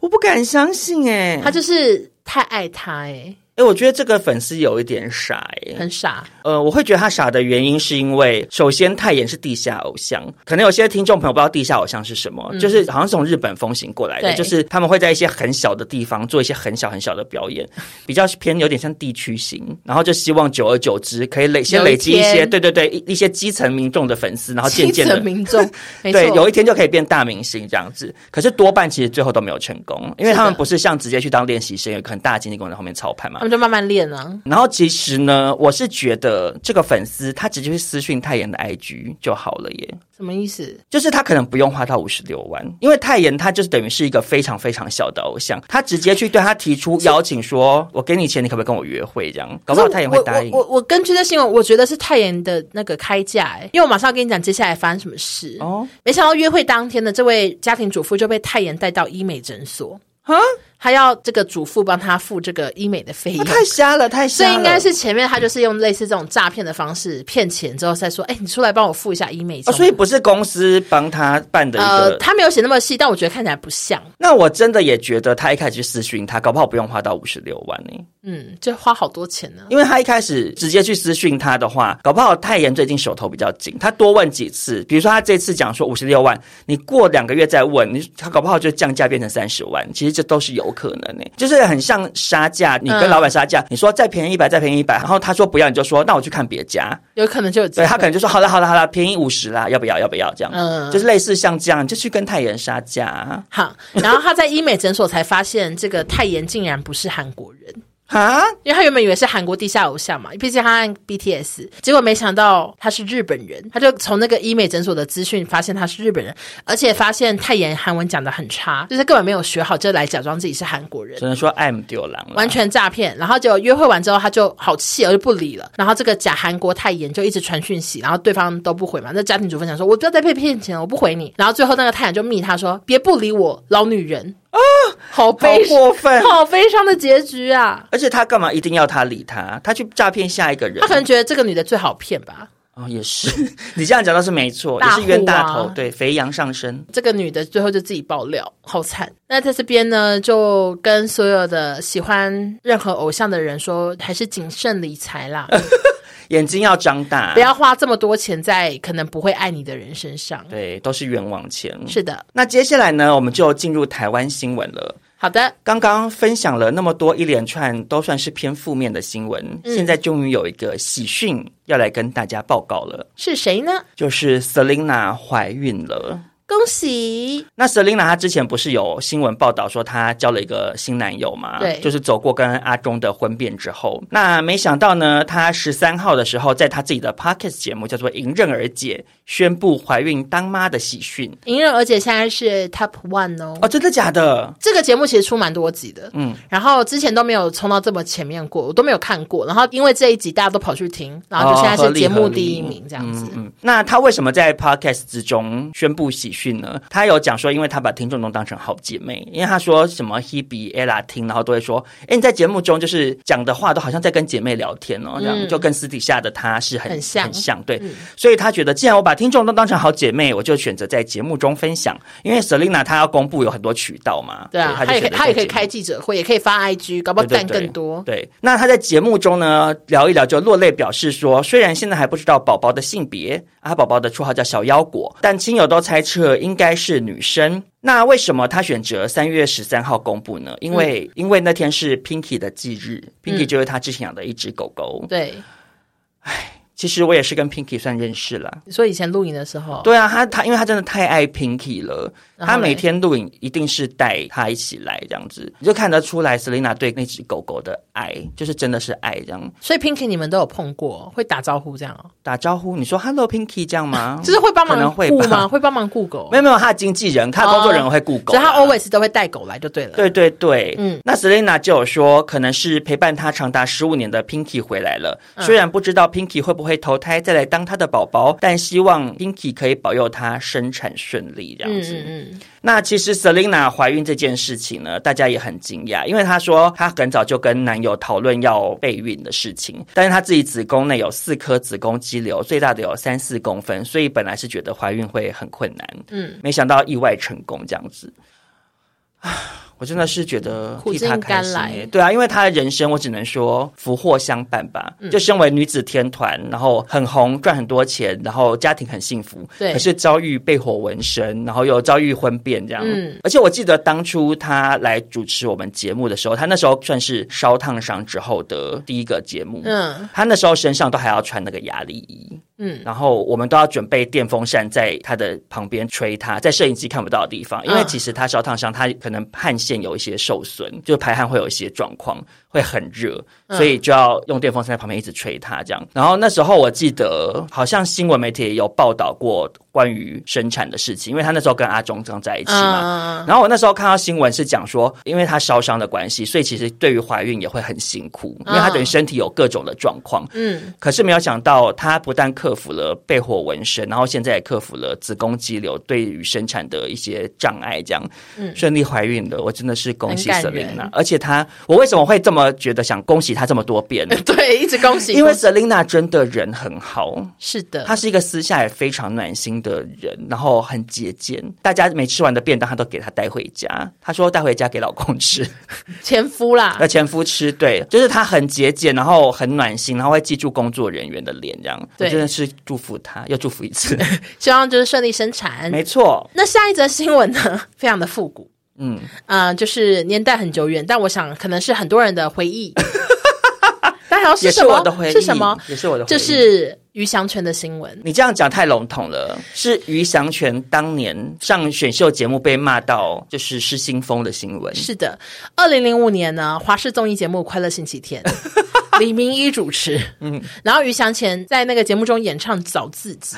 S3: 我不敢相信哎、
S1: 他就是太爱他、欸
S3: 哎、我觉得这个粉丝有一点傻哎、
S1: 哎，很傻。
S3: 呃，我会觉得他傻的原因是因为，首先泰妍是地下偶像，可能有些听众朋友不知道地下偶像是什么，就是好像是从日本风行过来
S1: 嗯
S3: 的，
S1: 对
S3: 就是他们会在一些很小的地方做一些很小很小的表演， [laughs] 比较偏有点像地区型，然后就希望久而久之可以累先
S1: 有一
S3: 累积一些，
S1: 天
S3: 对对对，一一些基层民众的粉丝，然后渐
S1: 基
S3: 渐
S1: 层
S3: 的。
S1: 民
S3: [laughs]
S1: 众，没错，
S3: 对，有一天就可以变大明星这样子，可是多半其实最后都没有成功，因为
S1: 是
S3: 他们
S1: 的
S3: 不是像直接去当练习生，有一个很大的经纪公司在后面操盘嘛
S1: 他，们就慢慢练啊。
S3: 然后其实呢，我是觉得这个粉丝他直接去私讯泰妍的 IG 就好了耶，
S1: 什么意思？
S3: 就是他可能不用花到五十六万，因为泰妍他就是等于是一个非常非常小的偶像，他直接去对他提出邀请说，我给你钱，你可不可以跟我约会这样？搞不好泰妍会答应
S1: 我。我我我根据这新闻，我觉得是泰妍的那个开价、哎，因为我马上要跟你讲接下来发生什么事。
S3: 哦，
S1: 没想到约会当天的这位家庭主妇就被泰妍带到医美诊所，
S3: 啊，
S1: 她要这个主妇帮她付这个医美的费用。
S3: 那哦太瞎了，太
S1: 所
S3: 瞎
S1: 以
S3: 了。
S1: 应该是前面她就是用类似这种诈骗的方式骗钱之后再说，哎、你出来帮我付一下医美。
S3: 哦，所以不是公司帮他办的一
S1: 呃
S3: 个，。
S1: 他没有写那么细，但我觉得看起来不像。
S3: 那我真的也觉得他一开始去私讯他，搞不好不用花到五十六万呢、
S1: 嗯，就花好多钱呢、
S3: 因为他一开始直接去私讯他的话，搞不好泰妍最近手头比较紧，他多问几次，比如说他这次讲说五十六万，你过两个月再问，你他搞不好就降价变成三十万，其实这都是有可能的、就是很像杀价，你跟老板杀价，你说再便宜一百，再便宜一百，然后他说不要，你就说那我去看别家，
S1: 有可能就有机
S3: 对
S1: 会。
S3: 他可能就说好了好了好了，便宜五十啦，要不要要不要这样，
S1: 嗯
S3: 就是类似像这样，你就去跟泰妍杀价啊。
S1: 好，然后他在医美诊所才发现，这个泰妍竟然不是韩国人，
S3: 哈，
S1: 因为他原本以为是韩国地下偶像嘛，毕竟他按 BTS，结果没想到他是日本人，他就从那个医美诊所的资讯发现他是日本人，而且发现泰妍韩文讲的很差，就是根本没有学好，就来假装自己是韩国人
S3: 只。能说爱姆丢狼了，
S1: 完全诈骗，然后就约会完之后，他就好气哦，就不理了。然后这个假韩国泰妍就一直传讯息，然后对方都不回嘛。那家庭主妇想说，我不要再被骗钱了，我不回你。然后最后那个泰妍就密他说，别不理我，老女人啊，好
S3: 好
S1: 悲
S3: 过分。
S1: [laughs] 好悲伤的结局啊！
S3: 而且他干嘛一定要他理他？他去诈骗下一个人，
S1: 他可能觉得这个女的最好骗吧。
S3: 哦也是， [laughs] 你这样讲倒是没错，
S1: 大
S3: 也
S1: 户啊
S3: 是冤大头，对，肥羊上身。
S1: 这个女的最后就自己爆料，好惨。那在这边呢，就跟所有的喜欢任何偶像的人说，还是谨慎理财 [laughs] 啦，
S3: 眼睛要张大，
S1: 不要花这么多钱在可能不会爱你的人身上。
S3: 对，都是冤枉钱。
S1: 是的，
S3: 那接下来呢，我们就进入台湾新闻了。
S1: 好的，
S3: 刚刚分享了那么多一连串都算是偏负面的新闻，
S1: 嗯
S3: 现在终于有一个喜讯要来跟大家报告了，
S1: 是谁呢？
S3: 就是 Selina 怀孕了。
S1: 恭喜！
S3: 那 Selina 她之前不是有新闻报道说她交了一个新男友嘛？
S1: 对
S3: 就是走过跟阿中的婚变之后，那没想到呢，她十三号的时候，在她自己的 podcast 节目叫做《迎刃而解》，宣布怀孕当妈的喜讯。
S1: 迎刃而解现在是 Top One 哦。
S3: 哦，真的假的？
S1: 这个节目其实出蛮多集的，嗯，然后之前都没有冲到这么前面过，我都没有看过。然后因为这一集大家都跑去听，然后就现在
S3: 哦合
S1: 是
S3: 理
S1: 节目
S3: 合理
S1: 第一名这样子。
S3: 嗯，那她为什么在 podcast 之中宣布喜讯呢？她有讲说，因为她把听众都当成好姐妹，因为她说什么 Hebe、Ella 听，然后都会说，哎，你在节目中就是讲的话都好像在跟姐妹聊天哦，这样、就跟私底下的她是
S1: 嗯
S3: 很
S1: 很像嗯
S3: 很像对。所以她觉得，既然我把听众都当成好姐妹，我就选择在节目中分享，因为 Selina 她要公布有很多渠道嘛，
S1: 对啊，
S3: 所以
S1: 他
S3: 她
S1: 也
S3: 就
S1: 可以，他也可以
S3: 选择在节目
S1: 开记者会，也可以发 IG，搞不好
S3: 对
S1: 赞
S3: 对对
S1: 更多。
S3: 对，那他在节目中呢聊一聊，就落泪表示说，虽然现在还不知道宝宝的性别，啊，宝宝的绰号叫小腰果，但亲友都猜测应该是女生。那为什么他选择三月十三号公布呢？因为、
S1: 嗯
S3: 因为那天是 Pinky 的忌日，Pinky 就是他之前养的一只狗狗。
S1: 对，
S3: 其实我也是跟 Pinky 算认识了。
S1: 你说以前录影的时候，
S3: 对啊，他他因为他真的太爱 Pinky 了，
S1: 然后
S3: 他每
S1: 嘞
S3: 天录影一定是带他一起来这样子，你就看得出来 Selina 对那只狗狗的爱，就是真的是爱这样。
S1: 所以 Pinky 你们都有碰过，会打招呼这样哦，
S3: 打招呼，你说 “Hello Pinky” 这
S1: [laughs]
S3: 样吗？
S1: 就是会帮
S3: 嗯可能
S1: 忙
S3: 会
S1: 顾
S3: 吧
S1: 吗？会帮忙顾狗
S3: [laughs] 没，有没有，他的经纪人，他的工作人员会雇狗
S1: 所以
S3: 啊、
S1: 他 always 都会带狗来就对了。
S3: 对对对，嗯
S1: 嗯，
S3: 那 Selina 就有说，可能是陪伴她长达十五年的 Pinky 回来了。
S1: 嗯
S3: 虽然不知道 Pinky 会不会投胎再来当她的宝宝，但希望 Pinky 可以保佑她生产顺利这样
S1: 嗯
S3: 子。
S1: 嗯嗯，
S3: 那其实 Selina 怀孕这件事情呢，大家也很惊讶，因为她说她很早就跟男友讨论要备孕的事情，但是她自己子宫内有四颗子宫肌瘤，最大的有三四公分，所以本来是觉得怀孕会很困难，嗯，没想到意外成功这样子。唉我真的是觉得
S1: 苦
S3: 替她
S1: 尽
S3: 开
S1: 甘
S3: 心、
S1: 来
S3: 欸，对啊，因为她的人生，我只能说福祸相伴吧。
S1: 嗯
S3: 就身为女子天团，然后很红，赚很多钱，然后家庭很幸福，
S1: 对
S3: 可是遭遇被火纹身，然后又遭遇婚变这样。嗯，而且我记得当初她来主持我们节目的时候，她那时候算是烧烫伤之后的第一个节目。
S1: 嗯，
S3: 她那时候身上都还要穿那个压力衣，嗯
S1: 嗯，
S3: 然后我们都要准备电风扇在她的旁边吹她，在摄影机看不到的地方，因为
S1: 嗯
S3: 其实她烧烫伤，她可能汗腺有一些受损，就排汗会有一些状况，会很热，
S1: 嗯
S3: 所以就要用电风扇在旁边一直吹她这样。然后那时候我记得好像新闻媒体也有报道过关于生产的事情，因为她那时候跟阿忠刚在一起嘛，
S1: 嗯
S3: 然后我那时候看到新闻是讲说，因为她烧伤的关系，所以其实对于怀孕也会很辛苦，因为她等于身体有各种的状况。
S1: 嗯，
S3: 可是没有想到，她不但克服了被火纹身，然后现在也克服了子宫肌瘤对于生产的一些障碍，这样、顺利怀孕了。我真的是恭喜
S1: 嗯很感人
S3: Selina，而且她，我为什么会这么觉得想恭喜她这么多
S1: [laughs]
S3: 遍呢？
S1: 对，一直恭喜，
S3: 因为
S1: 恭喜
S3: Selina 真的人很好，
S1: 是的，
S3: 她是一个私下也非常暖心的人，然后很节俭，大家没吃完的便当她都给她带回家。她说带回家给老
S1: [laughs]
S3: 公吃，
S1: 前夫啦
S3: 那，前夫吃。对，就是她很节俭，然后很暖心，然后会记住工作人员的脸，这样。我
S1: 对
S3: 真的是祝福她，又祝福一次。
S1: 希望就是顺利生产。
S3: 没错，
S1: 那下一则新闻呢， [laughs] 非常的复古，
S3: 嗯，
S1: 嗯，就是年代很久远，但我想可能是
S3: [laughs]
S1: 很多人的回忆。但好像
S3: 也
S1: 是
S3: 是
S1: 什么？
S3: 我的回忆，
S1: 是什么？
S3: 也是我的回忆，
S1: 就是。于祥全的新闻。
S3: 你这样讲太笼统了，是于祥全当年上选秀节目被骂到就是失心疯的新闻。
S1: 是的，二零零五年呢，华视综艺节目《快乐星期天》。李明一主
S3: [laughs]
S1: 持，嗯，然后于祥前在那个节目中演唱《找自己》。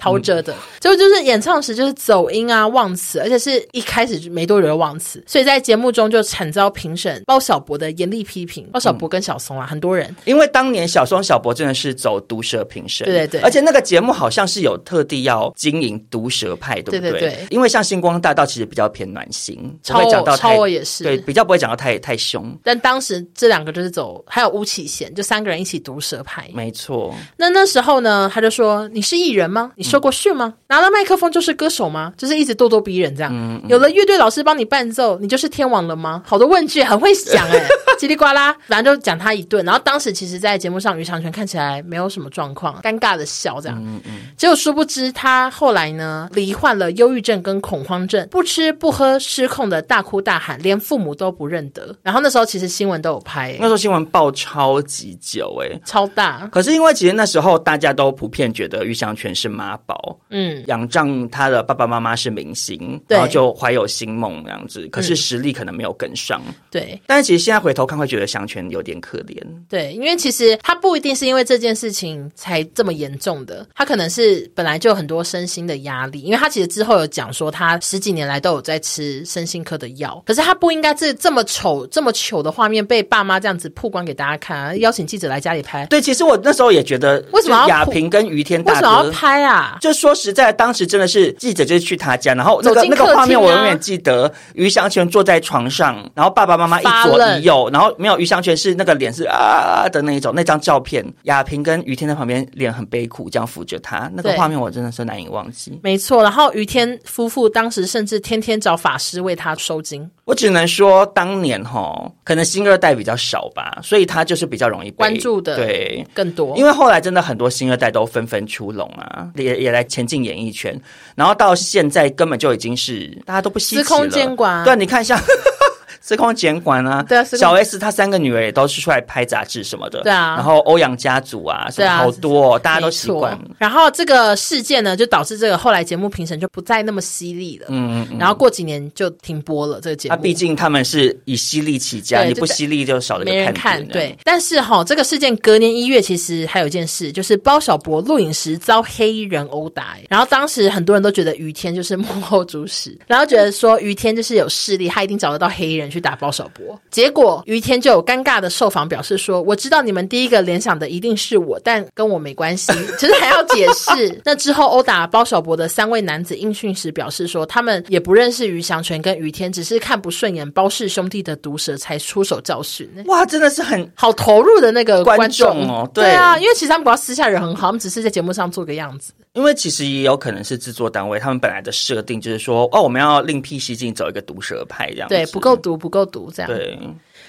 S1: 陶喆
S3: 嗯
S1: 的，结果就是演唱时就是走音啊、忘词，而且是一开始没多久就忘词，所以在节目中就惨遭评审包小博的严厉批评。包小博跟小
S3: 嗯
S1: 松啊，很多人
S3: 因为当年小松、小博真的是走毒舌评审，
S1: 对对对
S3: 而且那个节目好像是有特地要经营毒舌派，对
S1: 对
S3: 不
S1: 对对
S3: 因为像星光大道其实比较偏暖心，不
S1: 超
S3: 会
S1: 我
S3: 讲到
S1: 超哦
S3: 太
S1: 我也是
S3: 对，比较不会讲到太太凶，
S1: 但当时这两个就是走，还有巫启贤，就三个人一起毒舌派。
S3: 没错，
S1: 那那时候呢，他就说：“你是艺人吗？你受过训吗？拿到麦克风就是歌手吗？就是一直咄咄逼人这样。有了乐队老师帮你伴奏，你就是天王了吗？好多问句很会讲哎、 [laughs] 叽里呱啦，反正就讲他一顿。然后当时其实，在节目上，于长全看起来没有什么状况，尴尬的笑这样。结果殊不知，他后来呢，罹患了忧郁症跟恐慌症，不吃不喝，失控的大哭大喊，连父母都不认得。然后那时候其实新闻都有拍、
S3: 那时候新闻报超级久哎、
S1: 超大，
S3: 可是因为其实那时候大家都普遍觉得于祥全是妈宝，
S1: 嗯，
S3: 仰仗他的爸爸妈妈是明星，
S1: 对嗯
S3: 然后就怀有新梦那样子，可是实力可能没有跟上。
S1: 对。
S3: 但是其实现在回头看，会觉得祥全有点可怜。
S1: 对，因为其实他不一定是因为这件事情才这么严重的，他可能是本来就有很多身心的压力，因为他其实之后有讲说他十几年来都有在吃身心科的药，可是他不应该这这么丑、这么糗的画面被爸妈这样子曝光给大家看、啊，邀请记者来家里拍，
S3: 对，其实我那时候也觉得，
S1: 为什么要
S3: 就亚萍跟于天
S1: 为
S3: 大
S1: 什么要
S3: 哥？
S1: 拍啊？
S3: 就说实在，当时真的是记者就是去他家，然后那
S1: 走
S3: 个、
S1: 进
S3: 那个
S1: 客
S3: 画
S1: 厅
S3: 面
S1: 啊
S3: 我永远记得，于祥全坐在床上，然后爸爸妈妈一
S1: 发
S3: 左
S1: 愣
S3: 一右，然后没有于祥全是那个脸是啊啊啊的那一种，那张照片，亚萍跟于天在旁边脸很悲苦，这样扶着他，那个
S1: 对
S3: 画面我真的是难以忘记。
S1: 没错，然后于天夫妇当时甚至天天找法师为他收金，
S3: 我只能说，当年哈，可能新二代比较少吧，所以他就是比较容易被
S1: 关注的
S3: 对，
S1: 更多，
S3: 因为后来真的很多新二代都纷纷出笼啊，也也来前进演艺圈，然后到现在根本就已经是大家都不稀奇了。
S1: 司空监管啊
S3: 对，你看像 [laughs] 司空监管啊，
S1: 对啊司空
S3: 小 S 她三个女儿也都是出来拍杂志什么的，
S1: 对啊
S3: 然后欧阳家族啊，什
S1: 对
S3: 么
S1: 啊
S3: 好多、哦，大家都
S1: 没
S3: 习
S1: 错，
S3: 惯。
S1: 然后这个事件呢，就导致这个后来节目评审就不再那么犀利了。嗯然后过几年就停播了这个节
S3: 那、
S1: 目。
S3: 啊毕竟他们是以犀利起家，
S1: 对
S3: 你
S1: 就
S3: 不
S1: 是
S3: 犀利就少了一
S1: 没
S3: 个嗯
S1: 人
S3: 看
S1: 看
S3: 点。
S1: 对，，但是哈，这个事件隔年一月，其实还有一件事，就是包小博录影时遭黑衣人殴打，欸然后当时很多人都觉得于天就是幕后主使，然后觉得说于天就是有势力，他一定找得到黑衣人去打包小博。结果于天就有尴尬的受访表示说：“我知道你们第一个联想的一定是我，但跟我没关
S3: [laughs]
S1: 系。”其实还要解释。那之后殴打包小博的三位男子应讯时表示说，他们也不认识于祥全跟于天，只是看不顺眼包氏兄弟的毒舌，才出手教训。
S3: 哇，真的是很
S1: 好投入的那个
S3: 观
S1: 观
S3: 众
S1: 众
S3: 哦对
S1: 对啊，因为其实他们不要私下人很好，他们只是在节目上做个样子。
S3: 因为其实也有可能是制作单位，他们本来的设定就是说，哦，我们要另辟蹊径，走一个毒舌派这样子。
S1: 对，不够毒，不够毒，这样。
S3: 对。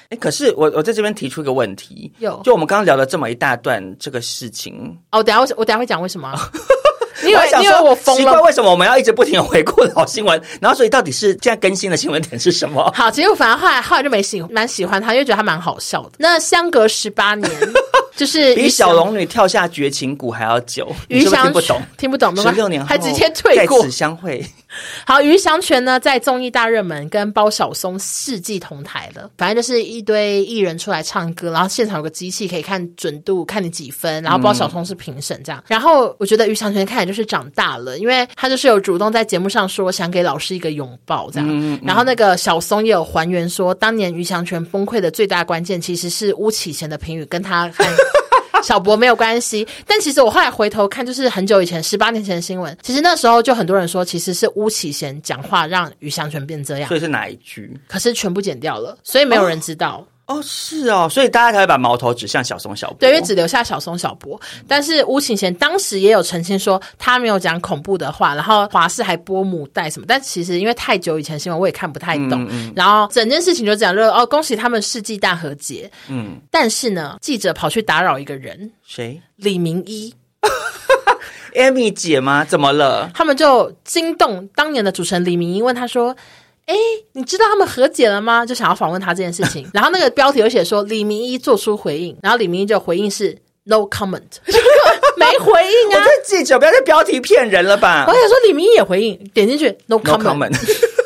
S3: 哎，可是我我在这边提出一个问题，
S1: 有
S3: 就我们刚刚聊了这么一大段这个事情，
S1: 哦，等一下我我等一下会讲为什么
S3: [laughs]
S1: 啊。你以
S3: 我还
S1: 为
S3: 想
S1: 你以为
S3: 说
S1: 我疯
S3: 奇怪，
S1: 了？
S3: 为什么我们要一直不停的回顾老新闻？然后所以到底是现在更新的新闻点是什
S1: [laughs]
S3: 么？
S1: 好，结果反而后来后来就没喜蛮喜欢他，因为觉得他蛮好笑的。那相隔十八
S3: [laughs]
S1: 年，就是
S3: 比
S1: 于翔
S3: 小龙女跳下绝情谷还要久，你
S1: 于
S3: 是不是
S1: 翔
S3: 听不懂？
S1: 听不懂，没
S3: 十
S1: 关系
S3: 六年后
S1: 还直接退
S3: 在
S1: 过
S3: 此。
S1: [laughs]
S3: 相会，
S1: 好，于翔全呢，在综艺大热门跟包小松世纪同台了，反正就是一堆艺人出来唱歌，然后现场有个机器可以看准度，看你几分，然后包小松是评审这样。然后我觉得于翔全看起来就是长大了，因为他就是有主动在节目上说想给老师一个拥抱这样，然后那个小松也有还原说，当年于翔全崩溃的最大关键其实是巫启贤的评语跟他和 [laughs] 小博没有关系，但其实我后来回头看，就是很久以前，十八年前的新闻。其实那时候就很多人说，其实是巫启贤讲话让于祥全变这样
S3: 所，以是哪一句？
S1: 可是全部剪掉了，所以没有人知道。
S3: 哦，是哦，所以大家才会把矛头指向小松小博。
S1: 对，因为只留下小松小博。但是巫启贤当时也有澄清说，他没有讲恐怖的话，然后华视还播母带什么。但其实因为太久以前新闻，我也看不太懂。然后整件事情就这样，就哦，恭喜他们世纪大和解。嗯，但是呢，记者跑去打扰一个人，
S3: 谁
S1: 李明一。
S3: ？Amy 姐吗？怎么了？
S1: 他们就惊动当年的主持人李明一，问他说：“哎，你知道他们和解了吗？”就想要访问他这件事情。 [laughs] 然后那个标题有写说李明一做出回应，然后李明一就回应是 “no comment”， [laughs] 没回应
S3: 我
S1: 啊
S3: 在。记者，不要在标题骗人了吧
S1: 我？想说李明也回应，点进去 no
S3: No
S1: 哎 comment，哦
S3: comment，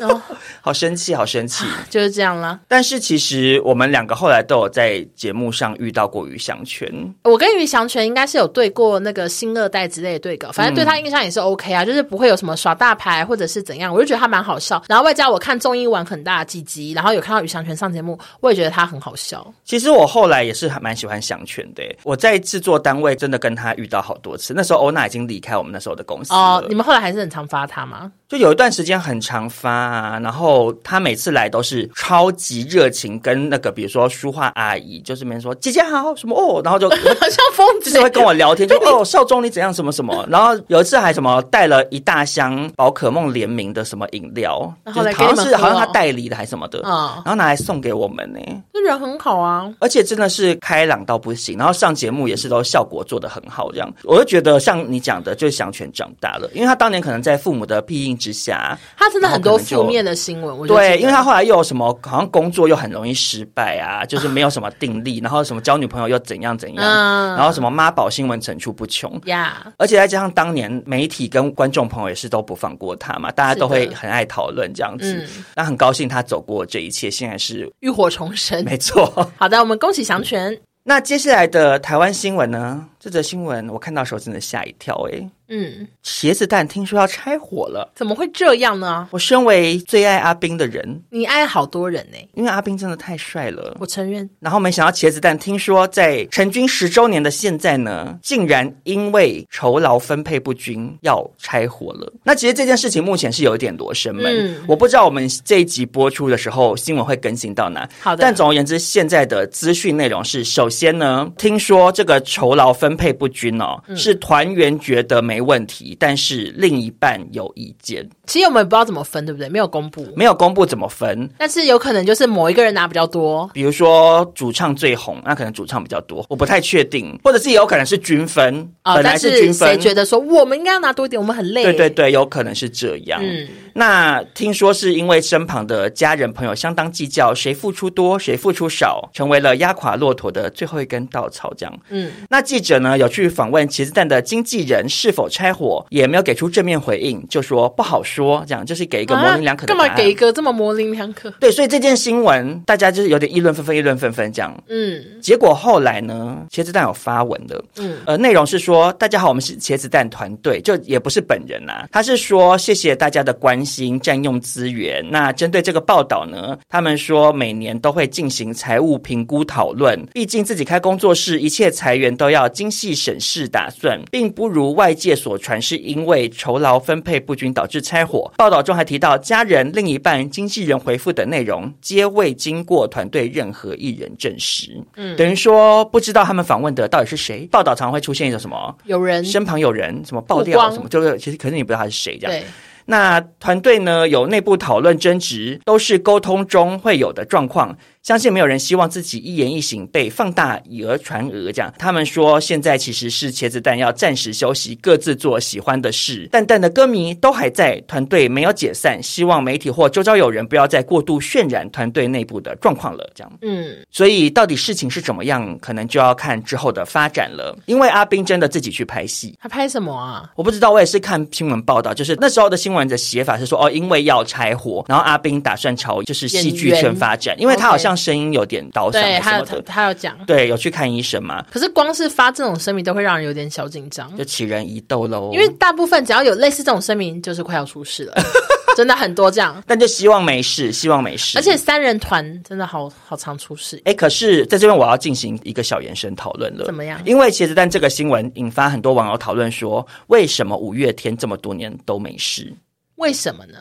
S1: [laughs] 然后
S3: [laughs] 好生气，好生气。
S1: 就是这样啦。
S3: 但是其实我们两个后来都有在节目上遇到过于祥全，
S1: 我跟于祥全应该是有对过那个新二代之类的对稿，反正对他印象也是 OK 啊，就是不会有什么耍大牌或者是怎样，我就觉得他蛮好笑。然后外加我看综艺玩很大几集，然后有看到于祥全上节目，我也觉得他很好笑。
S3: 其实我后来也是还蛮喜欢祥全的耶。我在制作单位真的跟他遇到好多次，那时候欧娜已经离开我们那时候的公司了。
S1: 哦，你们后来还是很常发他吗？
S3: 就有一段时间很常发啊，然后他每次来都是超级热情，跟那个比如说书画阿姨，就是没说姐姐好什么哦，然后就
S1: [laughs] 好像疯
S3: 就
S1: 子
S3: 是会跟我聊天，就哦少中你怎样什么
S1: [laughs]
S3: 什么，然后有一次还什么带了一大箱宝可梦联名的什么饮料，
S1: 然
S3: 就
S1: 后
S3: 是
S1: 来
S3: 好
S1: 给
S3: 像
S1: 你
S3: 是
S1: 们喝
S3: 好像他
S1: 哦
S3: 代理的还是什么的，
S1: 嗯
S3: 然后拿来送给我们呢、
S1: 这人很好啊。
S3: 而且真的是开朗到不行，然后上节目也是都效果做得很好，这样我就觉得像你讲的，就是祥全长大了，因为他当年可能在父母的庇荫之下，
S1: 他真的很多负面的新闻，我觉得
S3: 对，因为他后来又有什么，好像工作又很容易失败啊，就是没有什么定
S1: [laughs]
S3: 力，然后什么交女朋友又怎样怎样，
S1: 嗯
S3: 啊然后什么妈宝新闻层出不穷。
S1: 呀，
S3: 而且再加上当年媒体跟观众朋友也是都不放过他嘛，大家都
S1: 是
S3: 会
S1: 的
S3: 很爱讨论这样子。
S1: 嗯
S3: 那很高兴他走过这一切，现在是
S1: 浴火重生。
S3: 没
S1: [laughs]
S3: 错。
S1: 好的，我们恭喜祥全。
S3: 那接下来的台湾新闻呢？这则新闻我看到的时候真的吓一跳诶、
S1: 嗯，
S3: 茄子蛋听说要拆伙了。
S1: 怎么会这样呢？
S3: 我身为最爱阿兵的人，
S1: 你爱好多人呢、
S3: 因为阿兵真的太帅了，
S1: 我承认。
S3: 然后没想到茄子蛋听说在成军十周年的现在呢，竟然因为酬劳分配不均要拆伙了。那其实这件事情目前是有一点罗生门，
S1: 嗯
S3: 我不知道我们这一集播出的时候新闻会更新到哪。
S1: 好的
S3: 但总而言之，现在的资讯内容是：首先呢，听说这个酬劳分配不均哦，
S1: 嗯
S3: 是团员觉得没问题，但是另一半有意见，
S1: 其实我们也不知道怎么分，对不对？没有公布，
S3: 没有公布怎么分。
S1: 但是有可能就是某一个人拿比较多。
S3: 比如说主唱最红，那可能主唱比较多，我不太确定，或者是也有可能是均分，
S1: 啊、
S3: 本来
S1: 但
S3: 均
S1: 谁
S3: 分。
S1: 觉得说我们应该要拿多一点，我们很累。
S3: 对对，对，有可能是这样。
S1: 嗯
S3: 那听说是因为身旁的家人朋友相当计较，谁付出多，谁付出少，成为了压垮骆驼的最后一根稻草。这样，
S1: 嗯，
S3: 那记者呢有去访问茄子蛋的经纪人是否拆伙，也没有给出正面回应，就说不好说，这样就是给一个模棱两可
S1: 啊
S3: 的答
S1: 干
S3: 案。
S1: 嘛给一个这么模棱两可？
S3: 对，所以这件新闻大家就是有点议论纷纷，议论纷纷这样。
S1: 嗯
S3: 结果后来呢，茄子蛋有发文的，
S1: 嗯
S3: 呃，内容是说，大家好，我们是茄子蛋团队，就也不是本人啦、他是说，谢谢大家的关心，占用资源。那针对这个报道呢，他们说每年都会进行财务评估讨论，毕竟自己开工作室，一切裁员都要精细审视打算，并不如外界所传是因为酬劳分配不均导致拆伙。报道中还提到，家人、另一半、经纪人回复的内容皆未经过团队任何一人证实。
S1: 嗯
S3: 等于说不知道他们访问的到底是谁。报道常会出现一种什么
S1: 有人
S3: 身旁有人什么爆
S1: 曝
S3: 料
S1: 光
S3: 什么，就是其实可是你不知道他是谁这样。
S1: 对，
S3: 那团队呢有内部讨论争执，都是沟通中会有的状况。相信没有人希望自己一言一行被放大以讹传讹，这样。他们说现在其实是茄子蛋要暂时休息，各自做喜欢的事。蛋蛋的歌迷都还在，团队没有解散，希望媒体或周遭友人不要再过度渲染团队内部的状况了，这样。
S1: 嗯，
S3: 所以到底事情是怎么样，可能就要看之后的发展了。因为阿斌真的自己去拍戏。
S1: 他拍什么啊？
S3: 我不知道，我也是看新闻报道，就是那时候的新闻的写法是说，哦，因为要拆伙，然后阿斌打算朝就是戏剧
S1: 演
S3: 圈
S1: 员
S3: 发展，因为他
S1: 嗯 OK
S3: 好像声音有点倒嗓
S1: 对，
S3: 还
S1: 他
S3: 什么
S1: 有他
S3: 的。
S1: 他有讲。
S3: 对，有去看医生嘛，
S1: 可是光是发这种声明都会让人有点小紧张，
S3: 就杞人疑窦喽。
S1: 因为大部分只要有类似这种声明，就是快要出事了， [laughs] 真的很多这
S3: [laughs]
S1: 样。
S3: 但就希望没事，希望没事。
S1: 而且三人团真的好好常出事，
S3: 哎，可是在这边我要进行一个小延伸讨论了。
S1: 怎么样
S3: 因为茄子蛋这个新闻引发很多网友讨论说，为什么五月天这么多年都没事？
S1: 为什
S3: [laughs]
S1: 么呢？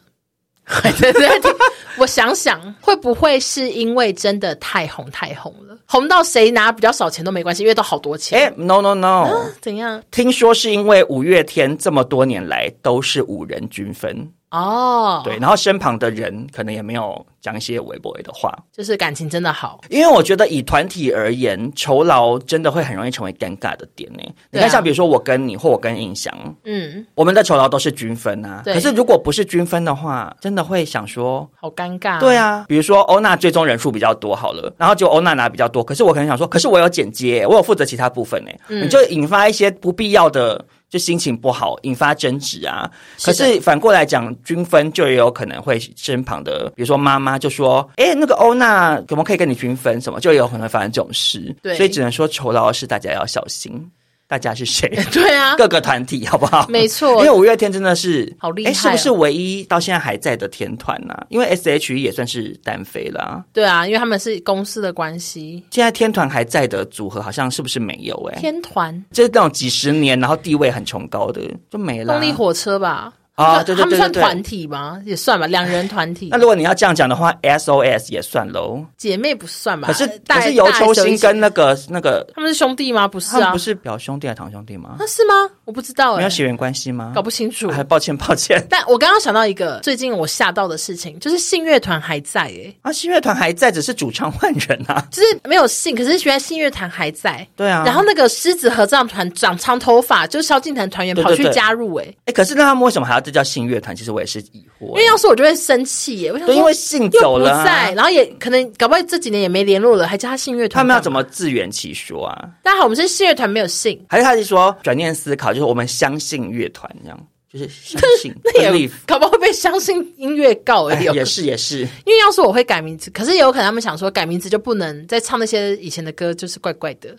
S1: 对对对，我想想，会不会是因为真的太红太红了，红到谁拿比较少钱都没关系，因为都好多钱。
S3: 哎，no no no，、
S1: 怎样？
S3: 听说是因为五月天这么多年来都是五人均分，
S1: 哦，
S3: 对，，然后身旁的人可能也没有讲一些微博的话，
S1: 就是感情真的好，
S3: 因为我觉得以团体而言，酬劳真的会很容易成为尴尬的点呢、你
S1: 对啊
S3: 看，像比如说我跟你或我跟印翔，
S1: 嗯，
S3: 我们的酬劳都是均分啊。
S1: 对
S3: 可是如果不是均分的话，真的会想说。
S1: 好尴尬。
S3: 对，啊，比如说欧娜最终人数比较多好了，然后就欧娜拿比较多，可是我可能想说，可是我有剪接，我有负责其他部分呢、
S1: 嗯
S3: 你就引发一些不必要的，就心情不好，引发争执啊。
S1: 是
S3: 可
S1: 的
S3: 是反过来讲，均分就也有可能会身旁的，比如说妈妈就说，哎，那个欧娜怎么可以跟你均分什么，就有可能发生这种事。
S1: 对
S3: 所以只能说酬劳的事大家要小心，大家是
S1: [laughs]
S3: 谁？
S1: [laughs] 对啊，
S3: 各个团体 [laughs] 好不好？
S1: 没错
S3: 因为五月天真的是
S1: 好厉
S3: 诶是
S1: 害
S3: 不
S1: 哦
S3: 是唯一到现在还在的天团呢、因为 S.H.E 也算是单飞啦、
S1: 对啊，因为他们是公司的关系，
S3: 现在天团还在的组合好像是不是没有、诶
S1: 天团、
S3: 就是那种几十年然后地位很崇高的就没了、
S1: 动力火车吧？
S3: 啊
S1: 他们
S3: 对对
S1: 他们
S3: 对
S1: 算
S3: 对对
S1: 团体吗？也算吧，两人团体
S3: 那。如果你要这样讲的话，S.O.S 也算喽。
S1: 姐妹不算吧？
S3: 可是
S1: 大
S3: 可是尤秋
S1: 大
S3: 兴跟
S1: S 有一起
S3: 那个那个，
S1: 他们是兄弟吗？不是
S3: 他们
S1: 啊，
S3: 不是表兄弟还是堂兄弟吗？
S1: 啊，是吗？我不知道、欸，
S3: 没有血缘关系吗啊
S1: 搞？不清楚。
S3: 还抱歉抱歉
S1: 但我刚刚想到一个最近我吓到的事情，就是信乐团还在诶、
S3: 啊，新乐团还在，只是主唱换人啊。
S1: 就是没有信，可是原来信乐团还在。
S3: 对啊，
S1: 然后那个狮子合唱团长长头发，就是萧敬腾团员
S3: 对对
S1: 跑去
S3: 对
S1: 加入诶、
S3: 哎、可是那他们为什么还要这叫信乐团？其实我也是疑惑欸
S1: 因为。要是我就会生气耶、我想
S3: 对，
S1: 说
S3: 因为信走了、
S1: 又不在，
S3: 啊，
S1: 然后也可能搞不好这几年也没联络了，还叫他信乐团，
S3: 他们要怎？么自圆其说啊？
S1: 大家好，我们是信乐团，没有信。
S3: 还是他是说转念思考，就是我们相信乐团这样，就
S1: [laughs]
S3: 是相信
S1: 那也
S3: believe。
S1: 搞不好会被相信音乐告诶、
S3: 哎
S1: 有
S3: [laughs] 也是也是，
S1: 因为要是我会改名字，可是也有可能他们想说改名字就不能再唱那些以前的歌，就是怪怪的。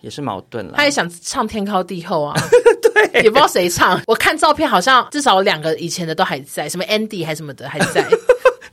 S3: 也是矛盾了
S1: 他。也想唱天高地
S3: [laughs]
S1: 厚啊，对，也不知道谁唱。我看照片好像至少有两个以前的都还在，什么 Andy 还什么的还在，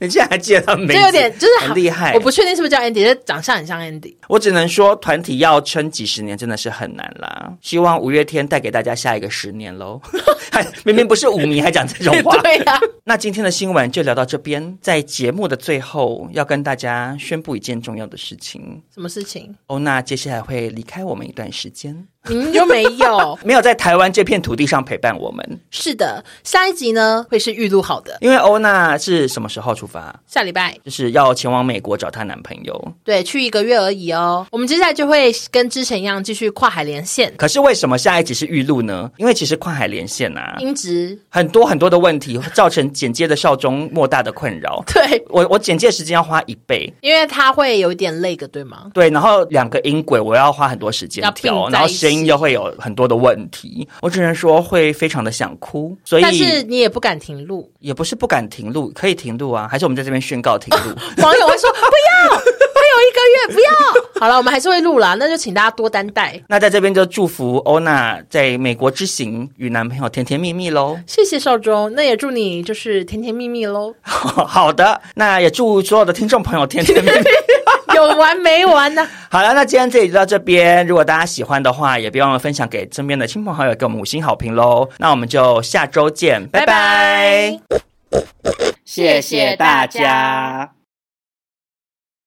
S3: 你竟然还记得他们 [laughs] 名
S1: 就
S3: 字，
S1: 有点就是好
S3: 很厉害。
S1: 我
S3: 我
S1: 不确定是不是叫 Andy，但长相很像 Andy。
S3: 我只能说，团体要撑几十年真的是很难啦。希望五月天带给大家下一个十年
S1: [laughs]
S3: 喽。 [laughs] 还明明不是舞迷，还讲这种话。
S1: 对啊呀、
S3: 那今天的新闻就聊到这边，在节目的最后，要跟大家宣布一件重要的事情。
S1: 什么事情？
S3: 欧娜接下来会离开我们一段时间，
S1: 嗯，又没有。
S3: 没有在台湾这片土地上陪伴我们。
S1: 是的，下一集呢会是预录好的，
S3: 因为欧娜是什么时候出发？
S1: 下礼拜
S3: 就是要前往美国找她男朋友。
S1: 对去一个月而已哦。我们接下来就会跟之前一样继续跨海连线，
S3: 可是为什么下一集是预录呢？因为其实跨海连线啊，
S1: 音质
S3: 很多很多的问题造成剪接的少中莫大的困扰。
S1: 对，
S3: 我我剪接时间要花一倍，
S1: 因为它会有一点累个，对吗？
S3: 对，然后两个音轨我要花很多时间
S1: 要并
S3: 调，
S1: 在
S3: 然后
S1: 一起
S3: 声音又会有很多的问题，我只能说会非常的想哭，所
S1: 但是
S3: 以
S1: 你也不敢停录，
S3: 也不是不敢停录，可以停录啊，还是我们在这边宣告停录。 [laughs]
S1: 网友会说不要，还有一个月不要。好了，我们还是会录啦，那就请大家多担待。
S3: 那在这边就祝福欧娜在美国之行与男朋友甜甜蜜蜜喽。
S1: 谢谢少中，那也祝你就是甜甜蜜蜜 [laughs] 喽，
S3: [laughs] 好的，那也祝所有的听众朋友甜甜
S1: [laughs]
S3: 蜜蜜。
S1: 有完没完呢、
S3: 好了，那今天这里就到这边。如果大家喜欢的话，也别忘了分享给身边的亲朋好友，给我们五星好评喽。那我们就下周见，拜拜。
S2: 谢谢大家。